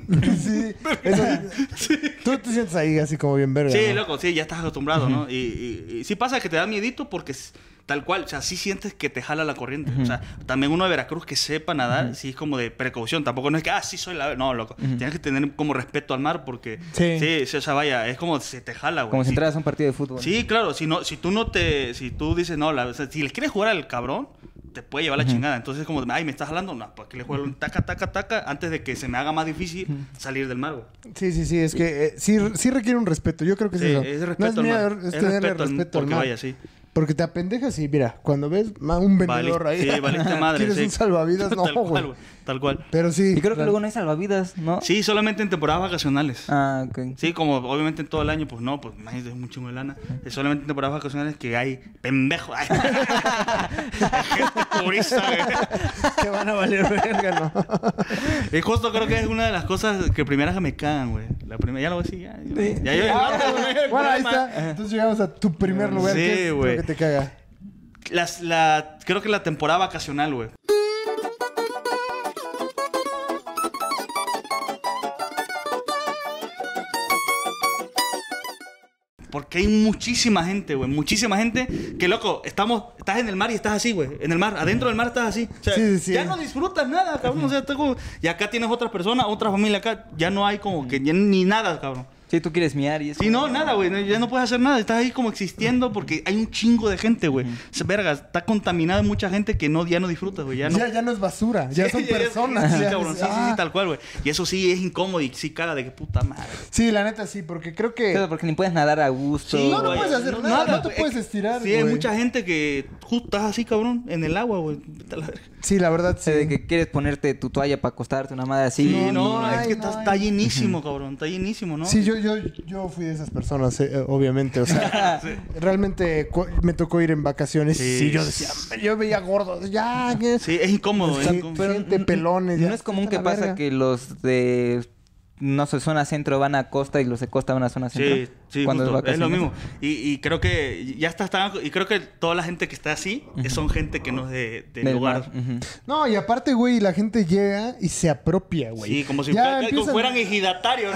A: sí, eso- Tú te sientes ahí así como bien verga.
C: Sí,
A: ¿no?
C: loco, sí, ya estás acostumbrado, ¿no? Y, y- y sí pasa que te da miedito porque s- tal cual, o sea, sí sientes que te jala la corriente. O sea, también uno de Veracruz que sepa nadar, sí es como de precaución. Tampoco no es que, ah, sí soy la... No, loco, tienes que tener como respeto al mar porque...
A: Sí.
C: Sí. sí, o sea, vaya, es como se te jala, güey.
B: Como si
C: Sí.
B: entraras a un partido de fútbol.
C: Sí, claro, si no, si tú no te, si tú dices no, la- o sea, si le quieres jugar al cabrón, te puede llevar la chingada. Entonces como, ay, me estás jalando, no, pues que le juego un taca, taca, taca, antes de que se me haga más difícil salir del mar. güey.
A: Sí, sí, sí, es que eh, sí, sí requiere un respeto. Yo creo que es
C: Sí,
A: eso.
C: es
A: No
C: respeto al
A: miedo,
C: mar.
A: es
C: Es
A: tenerle
C: respeto al-
A: respeto al
C: porque
A: mar.
C: vaya, sí.
A: Porque te apendejas y mira, cuando ves ma- un vendedor
C: Vale-
A: ahí.
C: Sí, valiste madre.
A: ¿Quieres
C: sí.
A: un salvavidas? No,
C: Tal cual,
A: güey.
C: güey. Tal cual.
A: Pero sí.
B: Y creo que
A: la-
B: luego no hay salvavidas, ¿no?
C: Sí, solamente en temporadas vacacionales.
B: Ah, ok.
C: Sí, como obviamente en todo el año, pues no, pues imagínate, es un chingo de lana. Es solamente en temporadas vacacionales que hay pendejo. Hay gente turista, güey.
A: Te van a valer verga, ¿no?
C: Y justo creo que es una de las cosas que primeras que me cagan, güey. La primera, ya lo voy a decir, ya.
B: Sí.
C: Ya yo
A: bueno, ahí está. Entonces llegamos a tu primer lugar,
C: Sí,
A: que es lo
C: güey.
A: que te caga.
C: Las, la, creo que la temporada vacacional, güey. Porque hay muchísima gente, güey. Muchísima gente que, loco, estamos... Estás en el mar y estás así, güey. En el mar. Adentro del mar estás así. O sea,
A: Sí, sí, sí.
C: ya no disfrutas nada, cabrón. O sea, estás como... Y acá tienes otra persona, otra familia acá. Ya no hay como que... ya ni nada, cabrón.
B: Sí, tú quieres miar y eso.
C: Sí, no, nada, güey. no, Ya no puedes hacer nada. Estás ahí como existiendo porque hay un chingo de gente, güey. Se- Verga, está contaminada mucha gente que no, ya no disfruta, güey. Ya
A: Ya
C: no.
A: ya, no es basura, ya son
C: es-
A: personas.
C: Sí,
A: ya
C: cabrón,
A: es-
C: sí, sí,
A: ah.
C: sí, tal cual, güey. Y eso sí es incómodo y sí caga de que puta madre.
A: Sí, la neta sí, porque creo que.
B: Claro, porque ni puedes nadar a gusto.
A: Sí, no, no
C: güey,
A: puedes hacer nada, no te
C: güey.
A: puedes
C: Es que
A: estirar,
C: Sí, hay
A: güey.
C: mucha gente que justo estás así, cabrón, en el agua, güey. Vete a la verga.
A: Sí, la verdad,
B: O
A: sí.
B: sea, de que quieres ponerte tu toalla para acostarte, una madre así.
C: Sí, no,
A: no,
C: es
A: ay,
C: que
A: no,
C: está,
A: ay.
C: está llenísimo, cabrón. Está llenísimo, ¿no?
A: Sí, yo, yo, yo fui de esas personas, eh, eh, obviamente. O sea, realmente cu- me tocó ir en vacaciones
C: Sí.
A: y yo decía, yo veía gordos, ya, que
C: Sí, es incómodo,
A: Sí,
C: es incómodo.
A: pero- gente, pelones, ya,
B: No es común
A: vete
B: que
A: a la
B: pasa
A: verga.
B: que los de, no sé, zona centro van a costa y los de costa van a zona
C: Sí,
B: centro.
C: sí,
B: cuando
C: justo, es lo
B: vacaciones.
C: mismo. Y, y creo que ya está, está- y creo que toda la gente que está así eh, son gente que no es de, del
B: Del
C: lugar.
B: mar, ujú.
A: No, y aparte, güey, la gente llega y se apropia, güey.
C: Sí, como si
A: Ya
C: fuera-
A: empiezan-
C: como fueran ejidatarios,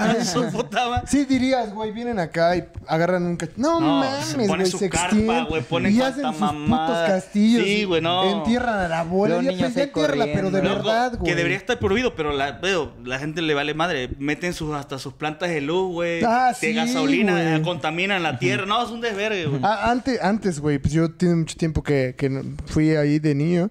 C: ¿no? Su puta madre.
A: Sí, dirías, güey, vienen acá y agarran un cach... No,
C: No,
A: mames,
C: se
A: güey,
C: ponen
A: se,
C: su carpa,
A: extienden
C: güey, ponen
A: y
C: cuanta
A: hacen sus
C: mamada.
A: putos castillos.
C: Sí,
A: y
C: güey, no.
A: Entierran a la abuela.
B: Los
A: Ya,
B: niños
A: pues, ya
B: ahí
A: entiérrala, pero de
B: corriendo.
C: Loco,
A: verdad, güey.
C: Que debería estar prohibido, pero la, veo, la gente le vale madre. Meten sus, hasta sus plantas de luz, güey.
A: Ah,
C: de
A: sí,
C: gasolina,
A: güey. Ah,
C: eh, contaminan la tierra. No, es un desvergue, güey.
A: A- ante- antes, güey, pues yo tiene mucho tiempo que, que no- fui ahí de niño.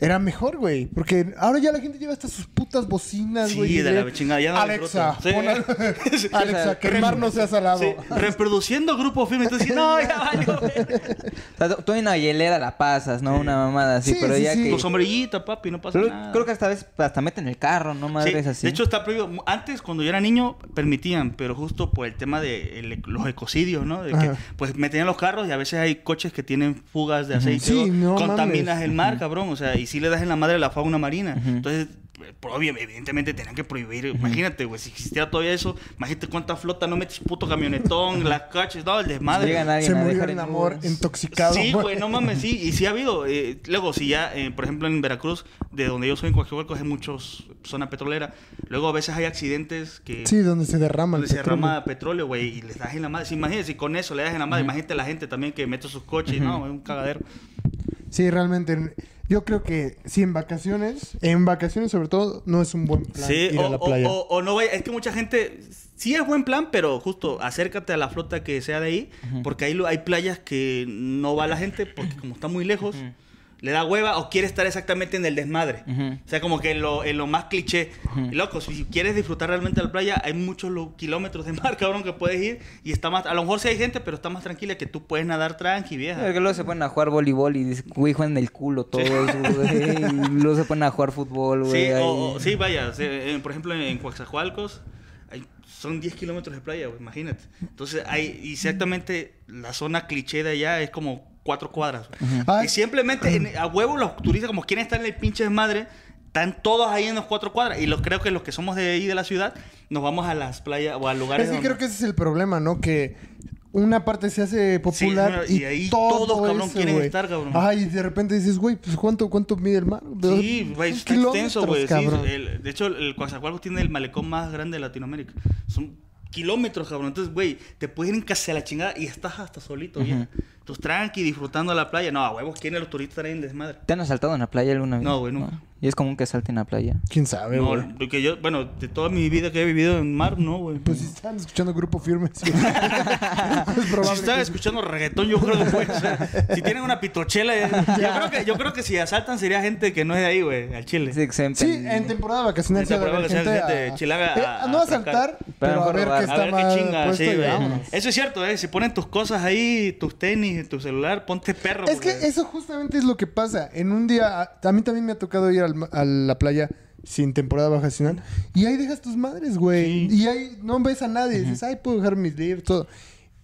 A: Era mejor, güey. Porque ahora ya la gente lleva hasta sus putas bocinas,
C: Sí,
A: güey.
C: de la chingada, ya no
A: Alexa,
C: disfruto. Sí.
A: pon a-
C: Sí.
A: Alexa, que el mar no seas alado.
C: Sí, reproduciendo grupos firmes. Entonces, no, ya valió, güey.
B: O sea, tú- tú en la hielera la pasas, ¿no? Una mamada así,
A: Sí,
B: pero
A: sí,
B: ya
A: sí.
B: que...
C: Tu sombrillita, papi, no pasa
B: Creo-
C: nada.
B: Creo que hasta, a veces hasta meten el carro, ¿no? Madre
C: Sí,
B: es así.
C: De hecho, está prohibido. Antes, cuando yo era niño, permitían, pero justo por el tema de el- los ecocidios, ¿no? De que,
A: Ajá.
C: pues metían los carros y a veces hay coches que tienen fugas de aceite.
A: Sí,
C: o-
A: no
C: contaminas
A: mames.
C: el mar, cabrón. O sea, y si le das en la madre a la fauna marina. Entonces, por obvio, evidentemente tenían que prohibir. Imagínate, güey, si existiera todavía eso, imagínate cuánta flota no metes puto camionetón, las caches, no, el desmadre.
B: Llegan alguien
A: Se
B: a
A: murió
B: dejar
A: en
B: en
A: amor,
B: Uber.
A: intoxicado.
C: Sí, güey, no mames, sí. Y sí ha habido. eh, luego, si ya, eh, por ejemplo, en Veracruz, de donde yo soy, en Coajimalco, hay muchos zona petrolera. Luego, a veces hay accidentes que
A: Sí, donde se derrama el
C: se
A: petróleo.
C: derrama petróleo, güey, y les das en la madre. Sí, imagínense, con eso le das en la madre. Imagínate la gente también que mete sus coches. No, es un cagadero.
A: Sí, realmente. Yo creo que si en vacaciones, en vacaciones sobre todo, no es un buen plan
C: Sí,
A: ir
C: o,
A: a la
C: o-
A: playa.
C: o- o no vaya. Es que mucha gente. Sí es buen plan, pero justo acércate a la flota que sea de ahí, porque ahí lo- hay playas que no va la gente, porque como está muy lejos, le da hueva o quiere estar exactamente en el desmadre.
B: Ujú.
C: O sea, como que en lo, en lo más cliché. Loco, si quieres disfrutar realmente de la playa, hay muchos lo- kilómetros de mar, cabrón, que puedes ir y está más... A lo mejor sí hay gente, pero está más tranquila que tú puedes nadar tranqui, vieja.
B: Porque luego se ponen a jugar voleibol y dicen, güey, juegan el culo todo eso, güey. Y luego se ponen a jugar fútbol, güey.
C: Sí, o-
B: ahí.
C: o- sí, vaya. sí, eh, por ejemplo, en Coaxacualcos hay- son 10 kilómetros de playa, güey, imagínate. Entonces, hay y exactamente la zona cliché de allá es como cuatro cuadras. güey.
A: Ah,
C: Y simplemente en- a huevo los turistas, como quieren estar en el pinche desmadre, están todos ahí en los cuatro cuadras. Y los, creo que los que somos de ahí de la ciudad, nos vamos a las playas o a lugares.
A: Es que
C: donde-
A: creo que ese es el problema, ¿no? Que una parte se hace popular
C: Sí,
A: y,
C: y ahí
A: todo
C: todos, cabrón,
A: eso,
C: quieren
A: güey.
C: estar, cabrón.
A: Ajá, y de repente dices, güey, pues ¿cuánto, cuánto mide el mar?
C: Sí, güey,
A: Dos
C: está extenso, güey. sí,
A: cabrón.
C: el- de hecho, el Coatzacoalcos tiene el malecón más grande de Latinoamérica. Son kilómetros, cabrón. Entonces, güey, te puedes ir en casa a la chingada y estás hasta solito, güey. Tus tranqui, disfrutando la playa. No, a huevos, ¿quiénes los turistas traen desmadre?
B: ¿Te han asaltado en la playa alguna vez?
C: No, güey, nunca.
B: Y es común que asalten en la playa.
A: ¿Quién sabe,
C: No,
A: güey?
C: lo que yo, bueno, de toda mi vida que he vivido en mar, no, güey.
A: Pues si están escuchando Grupo Firme, sí. es
C: si
A: probable.
C: están
A: que-
C: escuchando reggaetón, yo creo que puede ser. Si tienen una pitochela, eh, yo creo que, yo creo que si asaltan sería gente que no es de ahí, güey, al Chile.
B: Sí, que se
A: Sí,
B: empen-
A: en temporada vacacional.
C: En
A: sí va a haber
C: temporada vacacional,
A: gente
C: gente chilaga
A: eh,
C: a-
A: no
C: a
A: a saltar,
C: atracar.
A: pero a
B: Pero
A: ver
B: mejor
A: qué
B: robar.
A: está
C: a ver
A: mal
C: qué chinga,
A: puesto
C: sí,
A: y
C: güey.
A: vámonos.
C: Eso es cierto, ¿eh? Si ponen tus cosas ahí, tus tenis, tu celular, ponte perro.
A: Es que
C: porque-
A: eso justamente es lo que pasa. En un día, a a mí también me ha tocado ir al ma- a la playa sin temporada vacacional y ahí dejas tus madres, güey. Y ahí no ves a nadie. Dices, ay, puedo dejar mis libros, todo.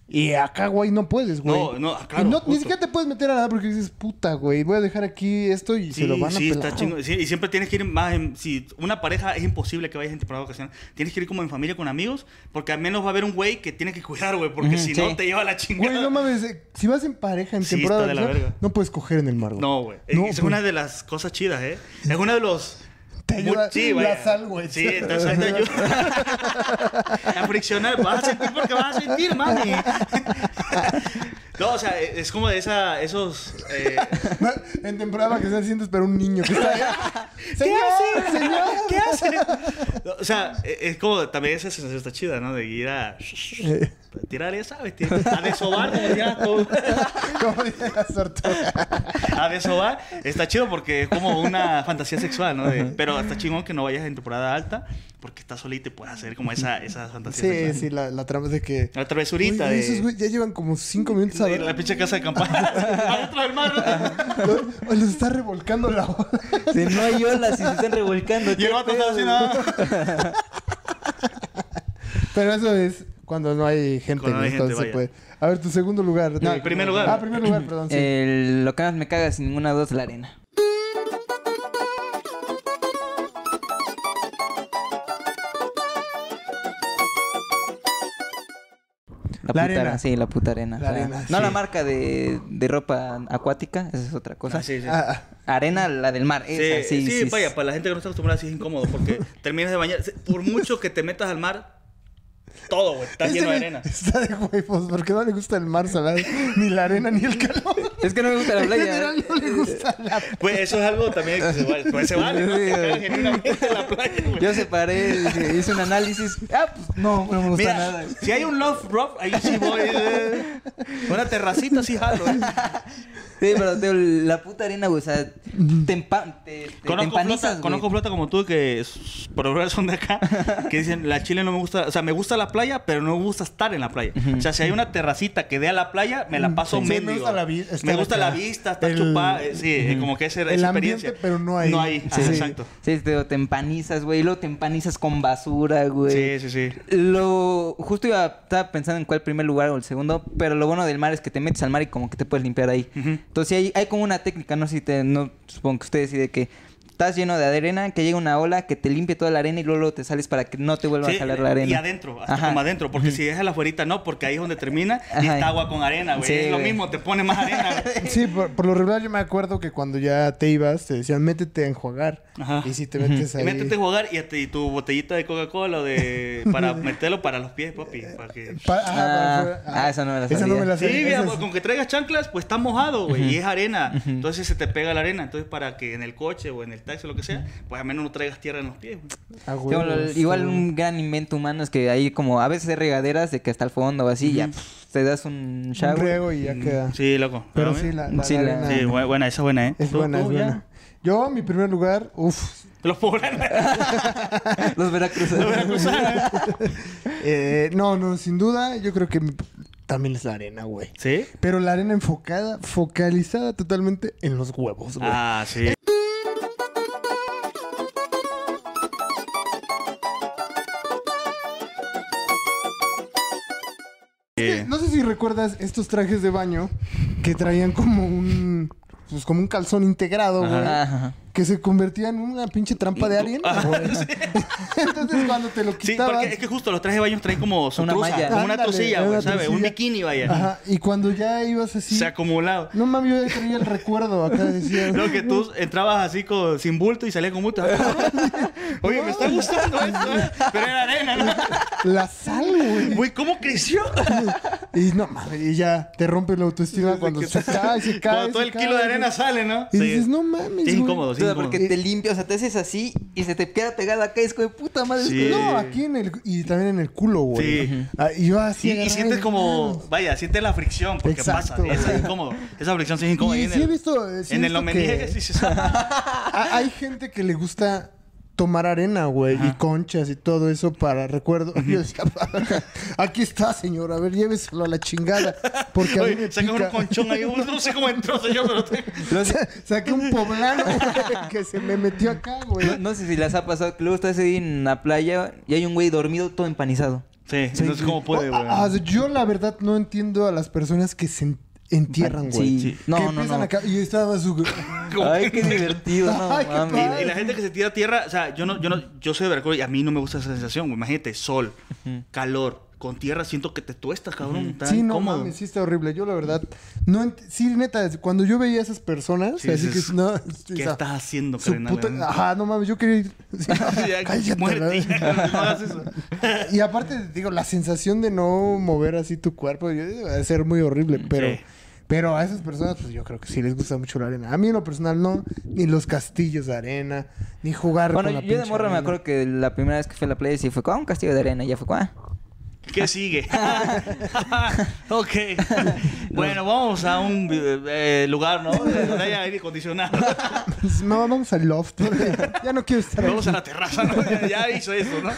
A: Y acá, güey, no puedes, güey.
C: No, no, ah, claro,
A: Y no- ni
C: justo.
A: siquiera te puedes meter a nada porque dices, puta, güey, voy a dejar aquí esto y
C: Sí,
A: se lo van a
C: sí,
A: pelar.
C: está chingo. Sí, y siempre tienes que ir más en... Si una pareja es imposible que vayas en temporada vacacional. Tienes que ir como en familia con amigos, porque al menos va a haber un güey que tiene que cuidar, güey, porque
B: Ujú,
C: si
B: sí.
C: no te lleva la chingada.
A: Güey, no mames, eh, si vas en pareja en
C: Sí,
A: temporada
C: está de la
A: vacacional,
C: verga.
A: no puedes coger en el mar, güey.
C: No, güey.
A: No,
C: Esa es
A: güey.
C: una de las cosas chidas, ¿eh? Es uno de los...
A: Te
C: Muy-
A: ayuda
C: sí,
A: la
C: vaya.
A: sal, güey.
C: Sí, te te ayuda. a friccionar. Vas a sentir porque vas a sentir, mami. no, o sea, e-, es como de esa, esos... eh,
A: En temporada que se sientes pero un niño que está allá. Señor,
C: hace?
A: señor.
C: ¿Qué hace? No, O sea, e- es como también esa sensación está chida, ¿no? De ir a. tirar esa, ¿sabes? A desovar, como dirías tú.
A: Como diría la tortuga.
C: A desovar. Está chido porque es como una fantasía sexual, ¿no? De- pero está chingón que no vayas en temporada alta porque estás solito y puedes hacer como esa, esa fantasía
A: Sí,
C: sexual.
A: sí, la, la trama es de que.
C: La travesurita
A: Oye,
C: de...
A: Esos güey ya llevan como cinco minutos
C: de la
A: hablando.
C: pinche casa de campaña. Adentro del mar, ¿no?
A: Lo- Los está revolcando la ola.
B: Si no hay olas y se están revolcando.
C: Y el
B: ¿qué
C: vato está
B: pedo?
C: así, nada.
A: Pero eso es cuando no hay gente.
C: Cuando no hay gente,
A: entonces,
C: vaya.
A: pues. A ver, tu segundo lugar.
C: No,
A: De-
C: primer lugar.
A: Ah, primer lugar, perdón. Sí.
B: El- lo que más me caga sin ninguna duda es la arena. La, puta
A: La arena.
B: arena. Sí, la puta arena.
A: La
B: O sea,
A: arena,
B: no
A: sí.
B: la marca de, de ropa acuática, esa es otra cosa.
C: Ah, sí, sí.
A: Ah, ah.
B: Arena, la del mar.
C: Sí,
B: Esa, sí,
C: sí,
B: sí, sí.
C: vaya, para la gente que no está acostumbrada sí es incómodo porque terminas de bañar. Por mucho que te metas al mar, todo, güey, está
A: Ese
C: lleno de
A: Este güey
C: arena.
A: Está de huevos porque no le gusta el mar salado, ni la arena, ni el calor.
B: Es que no me gusta la
A: En
B: playa.
A: general no le gusta la
C: Pues eso es algo también que se vale. Pues se vale, ¿no?
B: Sí,
C: Se
B: güey.
C: cagan genuinamente en la playa, güey.
B: Yo separé, dije, hice un análisis. Ah, pues no, no me gusta
C: Mira,
B: nada.
C: si hay un love rock, ahí sí voy. eh. Una terracita sí jalo, eh.
B: Sí, pero te- la puta arena, güey, o sea, te, empa te, te- te
C: Conozco
B: empanizas,
C: flota,
B: güey.
C: conozco flota como tú que s- por ahora son de acá, que dicen, la Chile no me gusta, o sea, me gusta la playa, pero no me gusta estar en la playa. O sea, si hay una terracita que dé a la playa, me la paso
A: Sí, me
C: mendigo.
A: gusta la vi- estar
C: Me gusta
A: acá.
C: la vista, estar
A: El-
C: chupada, eh, sí, eh, como que esa,
A: el
C: esa
A: ambiente,
C: experiencia.
A: pero no hay.
C: No hay,
A: Sí.
C: ajá, exacto.
B: Sí, te, te empanizas, güey. y Luego te empanizas con basura,
A: Pues,
B: güey.
C: Sí, sí, sí.
B: Lo... Justo iba, estaba pensando en cuál primer lugar o el segundo, pero lo bueno del mar es que te metes al mar y como que te puedes limpiar ahí.
C: Ujú.
B: Entonces hay, hay como una técnica, no sé si te, no, supongo que ustedes sí, de que estás lleno de arena, que llega una ola, que te limpie toda la arena y luego, luego te sales para que no te vuelva
C: Sí,
B: a jalar la arena.
C: Y adentro, hasta
B: Ajá.
C: como adentro, porque si es a la afuerita no, porque ahí es donde termina y
B: Ajá.
C: está agua con arena, güey.
B: Sí,
C: es lo
B: güey.
C: mismo, te pone más arena, güey.
A: Sí, por, por lo regular yo me acuerdo que cuando ya te ibas te decían métete a enjuagar.
C: Ajá.
A: Y si te metes
C: Y
A: ahí.
C: métete a jugar y, hasta- y tu botellita de Coca-Cola o de para meterlo para los pies, papi. Para que...
A: Pa- ajá,
B: Ah,
A: para-
B: ah, esa no me la
A: Esa no
B: sabía.
A: me la
C: Sí,
A: sabía.
C: vieja,
A: Esa es-
C: con que traigas chanclas, pues está mojado, güey, y es arena. Entonces se te pega la arena. Entonces, para que en el coche o en el taxi o lo que sea, pues al menos no traigas tierra en los pies, güey.
A: Ah,
B: Sí,
A: güey,
B: bueno,
A: está
B: igual
A: bien.
B: un gran invento humano es que hay como a veces hay regaderas de que hasta el fondo o así ya pf, te das un
A: Un
B: shower.
A: riego y ya queda.
C: Sí, loco.
A: Pero
C: ¿No,
A: sí,
C: güey?
A: la, la-
B: Sí,
A: la
B: la-
A: arena
C: Sí, bu- buena, esa es buena, ¿eh?
A: es
C: ¿Tú-
A: buena,
C: tú
A: es
C: ya?
A: buena. Yo, mi primer lugar, uff.
C: Los pobres.
B: Los
C: los
B: veracruzanos.
C: veracruzanos.
A: eh, no, no, sin duda, yo creo que mi- también es la arena, güey.
C: ¿Sí?
A: Pero la arena enfocada, focalizada totalmente en los huevos, güey.
C: Ah, sí.
A: Es que,
C: Sí.
A: No sé si recuerdas estos trajes de baño que traían como un. Pues como un calzón integrado, güey.
B: Ajá.
A: que se convertía en una pinche trampa de arena,
C: Ah,
A: güey. Entonces cuando te lo
C: Sí,
A: quitabas,
C: porque es que justo los trajes de baños traen como su
B: Una
C: trusa,
B: malla.
C: como una
A: Ándale,
C: trusilla,
A: una
C: güey, ¿sabes? Un
A: trusilla.
C: bikini, vaya.
A: ajá, y cuando ya ibas así,
C: Se ha acumulado.
A: no mames, yo ya tenía el recuerdo acá decía.
C: Lo que tú entrabas así con, sin bulto y salías con bulto. Oye, me está gustando esto, ¿eh? Pero era arena, ¿no?
A: La sal, güey.
C: Güey, ¿cómo creció?
A: Y no mames, y ya te rompe la autoestima cuando se cae, se cae.
C: Cuando todo
A: se
C: el
A: cae,
C: kilo de
A: güey.
C: arena sale, ¿no?
A: Y dices, no mames,
C: Sí,
A: güey.
C: incómodo, sí,
B: O sea,
C: incómodo.
B: porque te limpias, o sea, te haces así y se te queda pegada acá y es como puta madre.
C: Sí.
B: es
A: No, aquí en el y también en el culo, güey.
C: Sí.
A: Ah, y yo así
C: Sí, y
A: agarraba
C: sientes como, vaya, sientes la fricción, porque
A: Exacto,
C: pasa, esa
A: güey.
C: es incómodo. Esa fricción sí es incómoda.
A: Y
C: ahí en
A: sí he
C: el-
A: visto, eh, sí he
C: en el
A: visto
C: no me
A: que-
C: niegues, dices, ah,
A: A- hay gente que le gusta tomar arena, güey, y conchas y todo eso para recuerdo. Yo decía, aquí está, señor, a ver, lléveselo a la chingada, porque a mí me
C: oye, sacas un
A: pica".
C: conchón ahí, uy, no sé cómo entró, señor, pero te-
A: Sa- Saqué un poblano güey, que se me metió acá, güey.
B: No, no sé si les ha pasado que luego estás ahí en la playa y hay un güey dormido todo empanizado.
C: Sí, no sé cómo puede, güey.
A: Ah, ah, yo la verdad no entiendo a las personas que se en- entierran, güey.
B: Sí. Sí.
A: Que
B: No, no,
A: empiezan
B: no.
A: acá y estaba su
C: Como
B: Ay,
C: que-
B: qué divertido, no
A: Ay, qué
B: mames.
A: padre.
C: Y la gente que se tira a tierra, o sea, yo no, yo no, yo soy de Veracruz y a mí no me gusta esa sensación, güey. Imagínate, sol, calor, con tierra siento que te tuestas, cabrón. Está
A: Sí, no
C: incómodo.
A: mames, sí está horrible. Yo la verdad no ent- sí neta, cuando yo veía a esas personas,
C: Sí,
A: así
C: dices,
A: que no
C: ¿Qué
A: o sea,
C: estás haciendo,
A: Su
C: carnal?
A: puta- Ajá, no mames, yo quería ir. Sí,
C: Ya,
A: cállate,
C: muerte, ya,
A: ¿no?
C: no hagas eso.
A: Y aparte, digo, la sensación de no mover así tu cuerpo yo, debe ser muy horrible, pero.
C: Mm, Sí.
A: Pero a esas personas, pues yo creo que sí les gusta mucho la arena. A mí en lo personal no, ni los castillos de arena, ni jugar
B: Bueno,
A: con la
B: yo de
A: pinche
B: morro me
A: arena.
B: acuerdo que la primera vez que fui a la playa sí fue con un castillo de arena y ya fue con... ah,
C: ¿Qué sigue? ok. Bueno, vamos a un eh, lugar, ¿no? Donde haya aire acondicionado.
A: No, vamos al loft. ya no quiero estar
C: vamos
A: aquí.
C: a la terraza, ¿no? Ya, ya hizo eso, ¿no?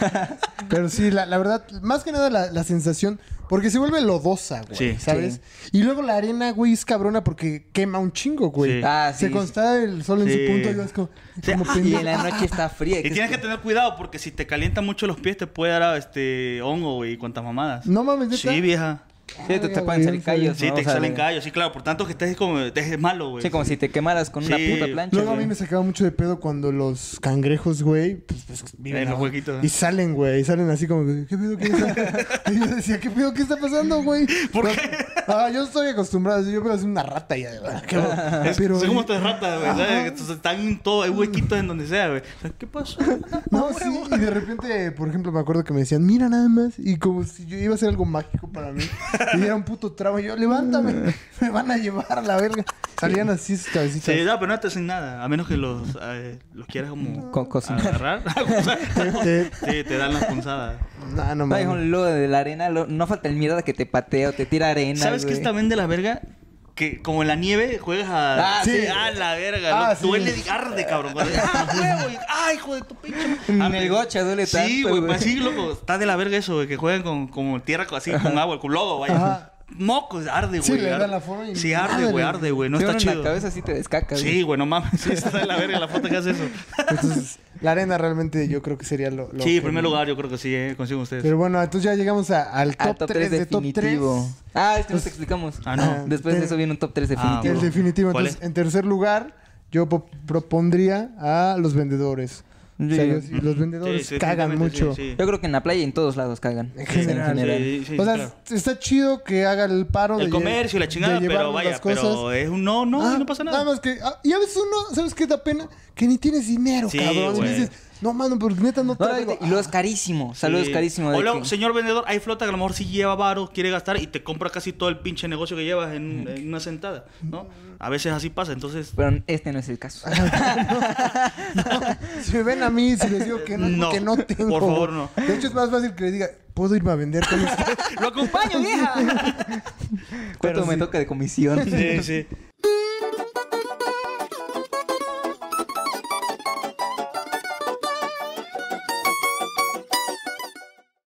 A: Pero sí, la, la verdad, más que nada la, la sensación, porque se vuelve lodosa, güey,
C: Sí.
A: ¿sabes? Y luego la arena, güey, es cabrona porque quema un chingo, güey.
C: Sí.
B: Ah, sí.
A: Se consta el sol en
C: Sí.
A: su punto y vas como,
C: Sí.
A: como
C: Ah,
B: Y
A: pendejo.
B: en la noche está fría.
C: Y tienes que tener cuidado porque si te calienta mucho los pies te puede dar este hongo güey, y cuantas mamadas.
A: No mames, ¿neta?
C: Sí, vieja.
B: Sí, te, te pueden salir callos.
C: Sí,
B: ¿no?
C: te
B: O sea,
C: salen callos. Sí, claro. Por tanto que estés como... Es malo, güey.
B: Sí, como si te quemaras con una
C: Sí.
B: puta plancha.
A: Luego a
B: güey.
A: mí me sacaba mucho de pedo cuando los cangrejos, güey, pues, pues viven
C: En los
A: abajo.
C: huequitos, ¿no?
A: Y salen, güey, y salen así como, ¿qué pedo qué está? y yo decía, ¿qué pedo qué está pasando, güey?
C: ¿Por
A: No,
C: qué?
A: Ah, yo estoy acostumbrado, yo veo así una rata y ah, qué bueno.
C: Es,
A: Pero,
C: son como
A: eh,
C: estas ratas, güey. ¿sabes?
A: Ajá.
C: Entonces, Están en todo, hay huequitos en donde sea, güey. O sea, ¿Qué pasó?
A: No, sí, y de repente, por ejemplo, me acuerdo que me decían, mira nada más, y como si yo iba a hacer algo mágico para mí, y era un puto tramo, y yo, levántame, me van a llevar a la verga. Salían así sus cabecitas.
C: Sí, no, pero no te hacen nada. A menos que los, eh, los quieras como
B: Co- cocinar.
C: agarrar. O sea,
A: Te-
C: sí, te dan las punzadas.
A: No, no
B: No, hijo,
A: mames.
B: luego de la arena, lo- no falta el miedo a que te patea o te tira arena.
C: ¿Sabes qué
B: güey.
C: es también de la verga? Que como en la nieve juegas a...
B: Ah, sí.
C: Ah, la verga.
A: Ah,
C: lo-
A: sí.
C: Duele, arde, cabrón. Cuando- Ah, huevo. y- Ah, hijo de tu pinche... madre.
B: En
C: Arde.
B: el gocha duele
C: Sí,
B: tanto,
C: güey.
B: güey.
C: pues Sí, loco. Está de la verga eso, güey. Que juegan con, con tierra, así, con agua, con lodo, vaya.
A: Ajá.
C: Mocos, arde, güey.
A: Sí, le da
C: arde.
A: la forma y-
C: Sí, arde, güey, arde, güey. No
B: Sí,
C: está
B: uno En
C: chido.
B: la cabeza sí te descaca,
C: Sí, güey, no mames. Sí, está de la verga la foto que hace eso.
A: Entonces, la arena realmente yo creo que sería lo. lo
C: Sí,
A: que-
C: en primer lugar, yo creo que sí, eh, consiguen ustedes.
A: Pero bueno, entonces ya llegamos a- al
B: Al
A: top,
B: top
A: 3
B: 3
A: de top 3.
B: definitivo. Ah, es que no te explicamos.
C: Ah, no.
B: Después de eso viene un top 3 definitivo.
A: El definitivo.
C: Ah, ¿Cuál
A: Entonces, en tercer lugar, yo po- propondría a los vendedores. O sea,
B: Sí.
A: yo- los vendedores
C: Sí, sí,
A: cagan
C: definitivamente,
A: mucho.
C: sí, sí.
B: Yo creo que en la playa y en todos lados cagan.
A: En general.
B: En general.
C: Sí, sí,
A: o sea,
C: claro.
A: está chido que haga el paro
C: El
A: lle-
C: comercio y la
A: de
C: chingada, pero
A: llevarnos
C: vaya,
A: las cosas.
C: pero es un no, no,
A: Ah,
C: y no pasa nada.
A: Nada más que. ah, y a veces uno, ¿sabes qué da pena? Que ni tienes dinero,
C: Sí,
A: cabrón. Y
C: güey.
A: dices, no, mano, pero neta no
B: No,
A: traigo.
B: y luego es carísimo. Saludos
C: ah, Sí.
B: carísimo. de
C: O luego,
B: que-
C: señor vendedor, hay flota que a lo mejor sí lleva varo, quiere gastar y te compra casi todo el pinche negocio que llevas
A: Mm.
C: en, en una sentada, ¿no? A veces así pasa, entonces...
B: Pero este no es el caso.
A: Si me ven a mí, si les digo que no,
C: No,
A: que no tengo.
C: por favor, no.
A: De hecho, es más fácil que le diga, ¿puedo irme a vender con usted?
C: ¡Lo acompaño, vieja!
B: ¿Cuánto me toca de comisión?
C: sí, sí.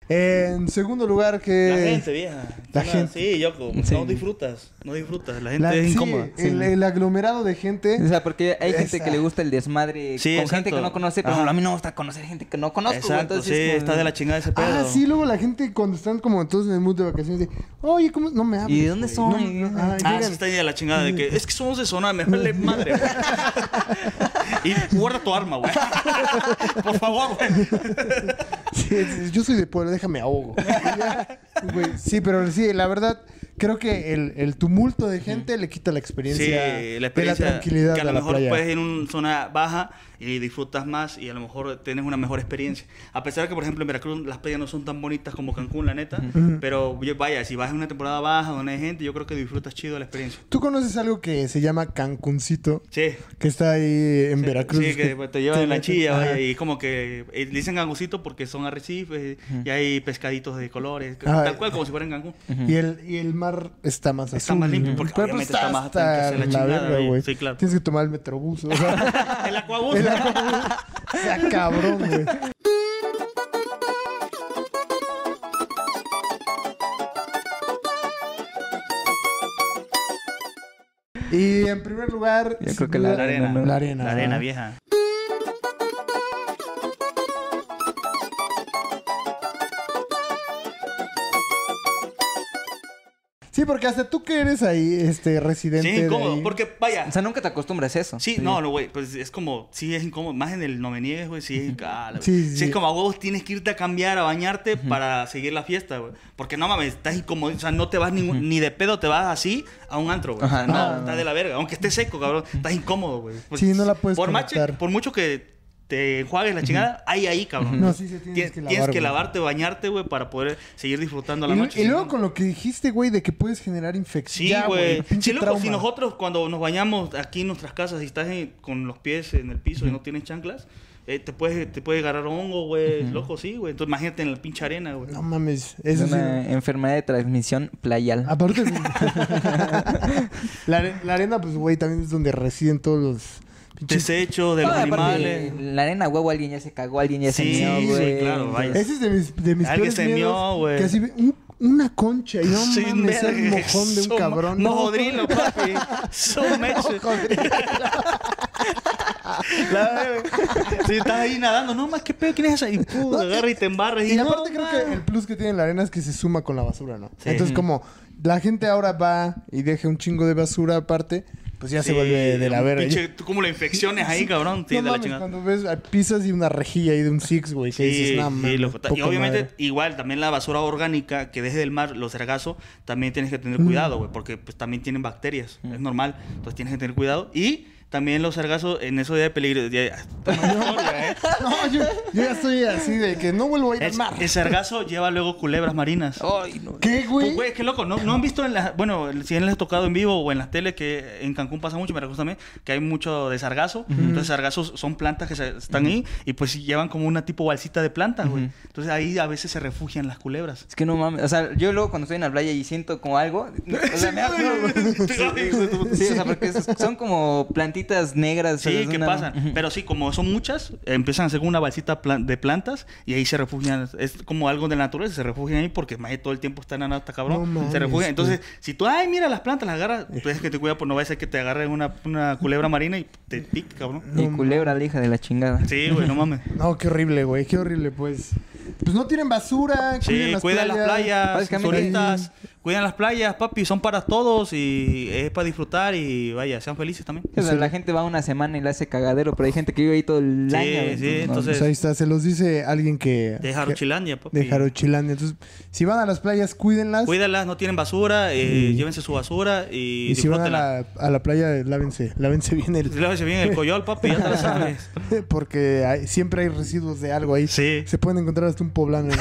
A: En segundo lugar, que.
C: La gente, vieja.
A: la
C: No,
A: gente.
C: Sí, Yoko.
B: Sí.
C: No disfrutas, no disfrutas. La gente
A: la-
C: es
A: sí, eh,
C: incómoda.
A: El, el aglomerado de gente.
B: O sea, porque hay gente
A: Esa.
B: que le gusta el desmadre
C: Sí,
B: con
C: exacto.
B: gente que no conoce, pero
C: Ajá.
B: a mí no me gusta conocer gente que no conozco. güey,
C: Exacto, sí,
B: entonces, como-
C: está de la chingada ese pedo.
A: Ah, sí, luego la gente cuando están como todos en el mood de vacaciones, de, oye, ¿cómo? No me hables.
B: ¿Y de dónde
A: güey,
B: son?
A: no me- no- ah,
C: Ah,
A: llegan-
C: sí está ahí de la chingada de que es que somos de zona, me vale madre, güey. y guarda tu arma, güey. Por favor, güey.
A: Sí, sí, yo soy de pueblo, déjame ahogo. Ya, güey, sí, pero sí, la verdad, creo que el, el tumulto de gente le quita la experiencia,
C: Sí, la
A: de la
C: experiencia
A: tranquilidad
C: que a lo
A: de la
C: mejor
A: playa.
C: puedes ir en una zona baja y disfrutas más y a lo mejor tienes una mejor experiencia. A pesar de que, por ejemplo, en Veracruz las playas no son tan bonitas como Cancún, la neta. Pero oye, vaya, si vas en una temporada baja donde hay gente, yo creo que disfrutas chido la experiencia.
A: ¿Tú conoces algo que se llama Cancuncito?
C: Sí.
A: Que está ahí en Veracruz.
C: Sí, que pues, te llevan
A: que-
C: en la chilla,
A: Ajá.
C: vaya, y como que eh, le dicen gangucito porque son arrecifes y hay pescaditos de colores,
A: Ah,
C: tal cual como si fuera en Cancún.
A: Y el, y el mar está más azul.
C: Está más limpio, porque
A: Pero,
C: obviamente
A: pues,
C: está más
A: hasta
C: atrás de la
A: la
C: chingada,
A: verga,
C: güey.
A: güey.
C: Sí, claro.
A: Tienes que tomar el metrobús. O sea,
C: El acuabús.
A: el autobús. O sea, cabrón, güey. Y en primer lugar,
B: Yo
A: sin
B: creo que la
A: duda,
C: La arena, ¿no?
A: la arena,
C: La arena vieja.
A: Sí, porque hasta tú que eres ahí, este residente.
C: Sí,
A: de
C: incómodo,
A: ahí.
C: porque vaya.
B: O sea, nunca te acostumbras a eso.
C: Sí, no, no, güey, pues es como, sí es incómodo, más en el no me niegues, güey, sí es ah, la-
A: Sí,
C: sí,
A: sí,
C: es
A: sí.
C: como a huevos tienes que irte a cambiar, a bañarte para seguir la fiesta, güey. Porque no mames, estás incómodo, o sea, no te vas ningún- ni de pedo, te vas así a un antro, güey. O sea,
B: Ajá,
C: no,
B: no,
C: estás de la verga, aunque esté seco, cabrón, estás incómodo, güey. Pues,
A: Sí, no la puedes
C: por, más che-
A: conectar.
C: por mucho que te enjuagues la chingada, hay ahí, cabrón.
A: No, sí, sí, tienes
C: Tien-
A: que lavar,
C: tienes que
A: güey.
C: lavarte, bañarte, güey, para poder seguir disfrutando la
A: Y,
C: noche.
A: y
C: si
A: luego
C: no-
A: con lo que dijiste, güey, de que puedes generar infección.
C: Sí,
A: Ya,
C: güey.
A: pinche
C: Sí, loco,
A: trauma.
C: si nosotros cuando nos bañamos aquí en nuestras casas y estás en- con los pies en el piso y no tienes chanclas, eh, te puedes te puede agarrar hongo, güey, loco, sí, güey. Entonces imagínate en la pinche arena, güey.
A: No mames, eso sí.
B: una enfermedad de transmisión playal.
A: Aparte, la, are- la arena, pues, güey, también es donde residen todos los pinches.
C: Desechos de los
B: Ah, aparte,
C: animales.
B: la arena, huevo, alguien ya se cagó, alguien ya
C: Sí,
B: se
C: sí,
B: mió, güey.
C: claro, vaya.
A: Ese es de mis, de mis
C: Alguien
A: peores
C: se mió,
A: miedos,
C: güey.
A: Que así, ve- un- una concha y no
C: Sí,
A: mames,
C: verga,
A: el mojón de un
C: so-
A: cabrón.
C: Mojodrilo, papi. So much. La verga. Sí, estás ahí nadando. No, más qué pedo, ¿quién es esa? Y pum, agarra y te embarras. Y,
A: Y
C: no,
A: aparte creo que
C: man.
A: el plus que tiene la arena es que se suma con la basura, ¿no?
C: Sí.
A: Entonces como la gente ahora va y deja un chingo de basura aparte, pues ya se
C: Sí,
A: vuelve de la
C: un
A: verga.
C: pinche- tú como las infecciones ahí, cabrón. Sí,
A: no
C: de la
A: mames,
C: chingada.
A: cuando ves ah, pisas y una rejilla ahí de un six, güey, que
C: Sí,
A: dices, no
C: sí,
A: mames,
C: loco. Ta- Y
A: poca
C: obviamente,
A: madre".
C: igual, también la basura orgánica que desde el mar, los sargazos, también tienes que
A: Mm.
C: tener cuidado, güey, porque pues, también tienen bacterias, es normal. Entonces tienes que tener cuidado. Y también los sargazos, en eso ya hay peligro. ya- ya-
A: No, yo, yo ya estoy así de que no vuelvo a ir al
C: Es-
A: mar.
C: el sargazo lleva luego culebras marinas.
B: Ay, no.
A: ¿Qué,
C: Pues,
A: güey?
C: güey, qué loco. ¿No, no han visto en las... Bueno, si les ha tocado en vivo o en las teles, que en Cancún pasa mucho, me recuerdo también, que hay mucho de sargazo. Entonces, sargazos son plantas que se- están ahí y pues llevan como una tipo balsita de plantas, güey.
B: Ujú.
C: Entonces, ahí a veces se refugian las culebras.
B: Es que no mames. O sea, yo luego cuando estoy en la playa y siento como algo. O sea, me da culo, güey. Sí, o sea, porque es- son como plantitas negras. o sea,
C: Sí,
B: es
C: que
B: una-
C: pasan.
B: Ujú.
C: Pero sí, como son muchas, empiezan a hacer como una balsita plan- de plantas y ahí se refugian. Es como algo de la naturaleza, se refugian ahí porque más todo el tiempo están en hasta
A: No
C: cabrón.
A: mames,
C: se refugian.
A: güey.
C: Entonces, si tú, ay, mira las plantas, las agarras, tú tienes que te cuidar, pues no vaya a ser que te agarre una, una culebra marina y te pique, cabrón.
B: Y culebra, la hija de la chingada.
C: Sí, güey, no mames.
A: No, qué horrible, güey, qué horrible, pues. Pues no tienen basura,
C: Sí, cuidan las playas,
B: Básicamente-
C: turistas, cuidan las playas, papi, son para todos y es para disfrutar y vaya, sean felices también.
B: O sea, la gente va una semana y la hace cagadero, pero hay gente que vive ahí todo el
C: Sí,
B: año. güey.
C: sí, entonces-
A: Pues ahí está, se los dice alguien que...
C: De
A: que-
C: Jarochilandia, papi.
A: De Jarochilandia. Entonces, si van a las playas, cuídenlas.
C: Cuídalas, no tienen basura, eh, llévense su basura y,
A: Y si van a
C: disfrútenla.
A: la, a la playa, lávense, lávense bien el...
C: Lávese bien el coyol, papi, ya te lo sabes.
A: Porque hay- siempre hay residuos de algo ahí.
C: Sí.
A: Se pueden encontrar hasta un poblano.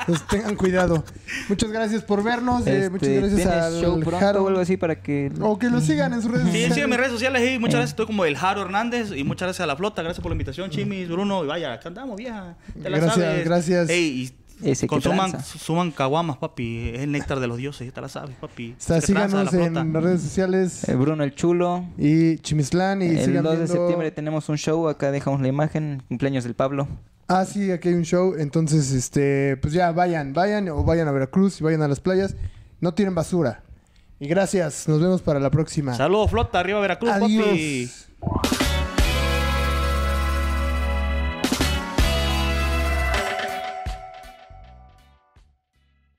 A: Entonces tengan cuidado. Muchas gracias por vernos. eh,
B: Este,
A: muchas gracias
B: ¿tienes
A: al
B: show pronto
A: Jaro.
B: o algo así para que...
A: O que lo sigan en sus redes
C: Sí, sí, en mis
A: sociales.
C: redes sociales y
A: Eh.
C: muchas gracias. Estoy como el Jaro Hernández y muchas gracias a la flota. Gracias por la invitación, Chimis, Bruno. Y vaya, acá andamos, vieja. Te la
A: Mm. Gracias,
C: sabes.
A: gracias.
C: Ey, y
B: Ese que
C: consuman,
B: tranza.
C: suman caguamas, papi. Es el néctar de los dioses, ya te la sabes, papi.
A: Está,
C: Qué tranza
A: síganos
C: la
A: en
C: flota.
A: las redes sociales.
B: Eh, Bruno el Chulo.
A: Y Chimislán. Y
B: el
A: sigan
B: 2 de
A: viendo-
B: septiembre tenemos un show. Acá dejamos la imagen. Cumpleaños del Pablo.
A: Ah, sí, aquí hay un show. Entonces, este, pues ya vayan, vayan o vayan a Veracruz y vayan a las playas. No tienen basura. Y gracias. Nos vemos para la próxima.
C: Saludos, flota. Arriba, Veracruz, papi.
A: Adiós.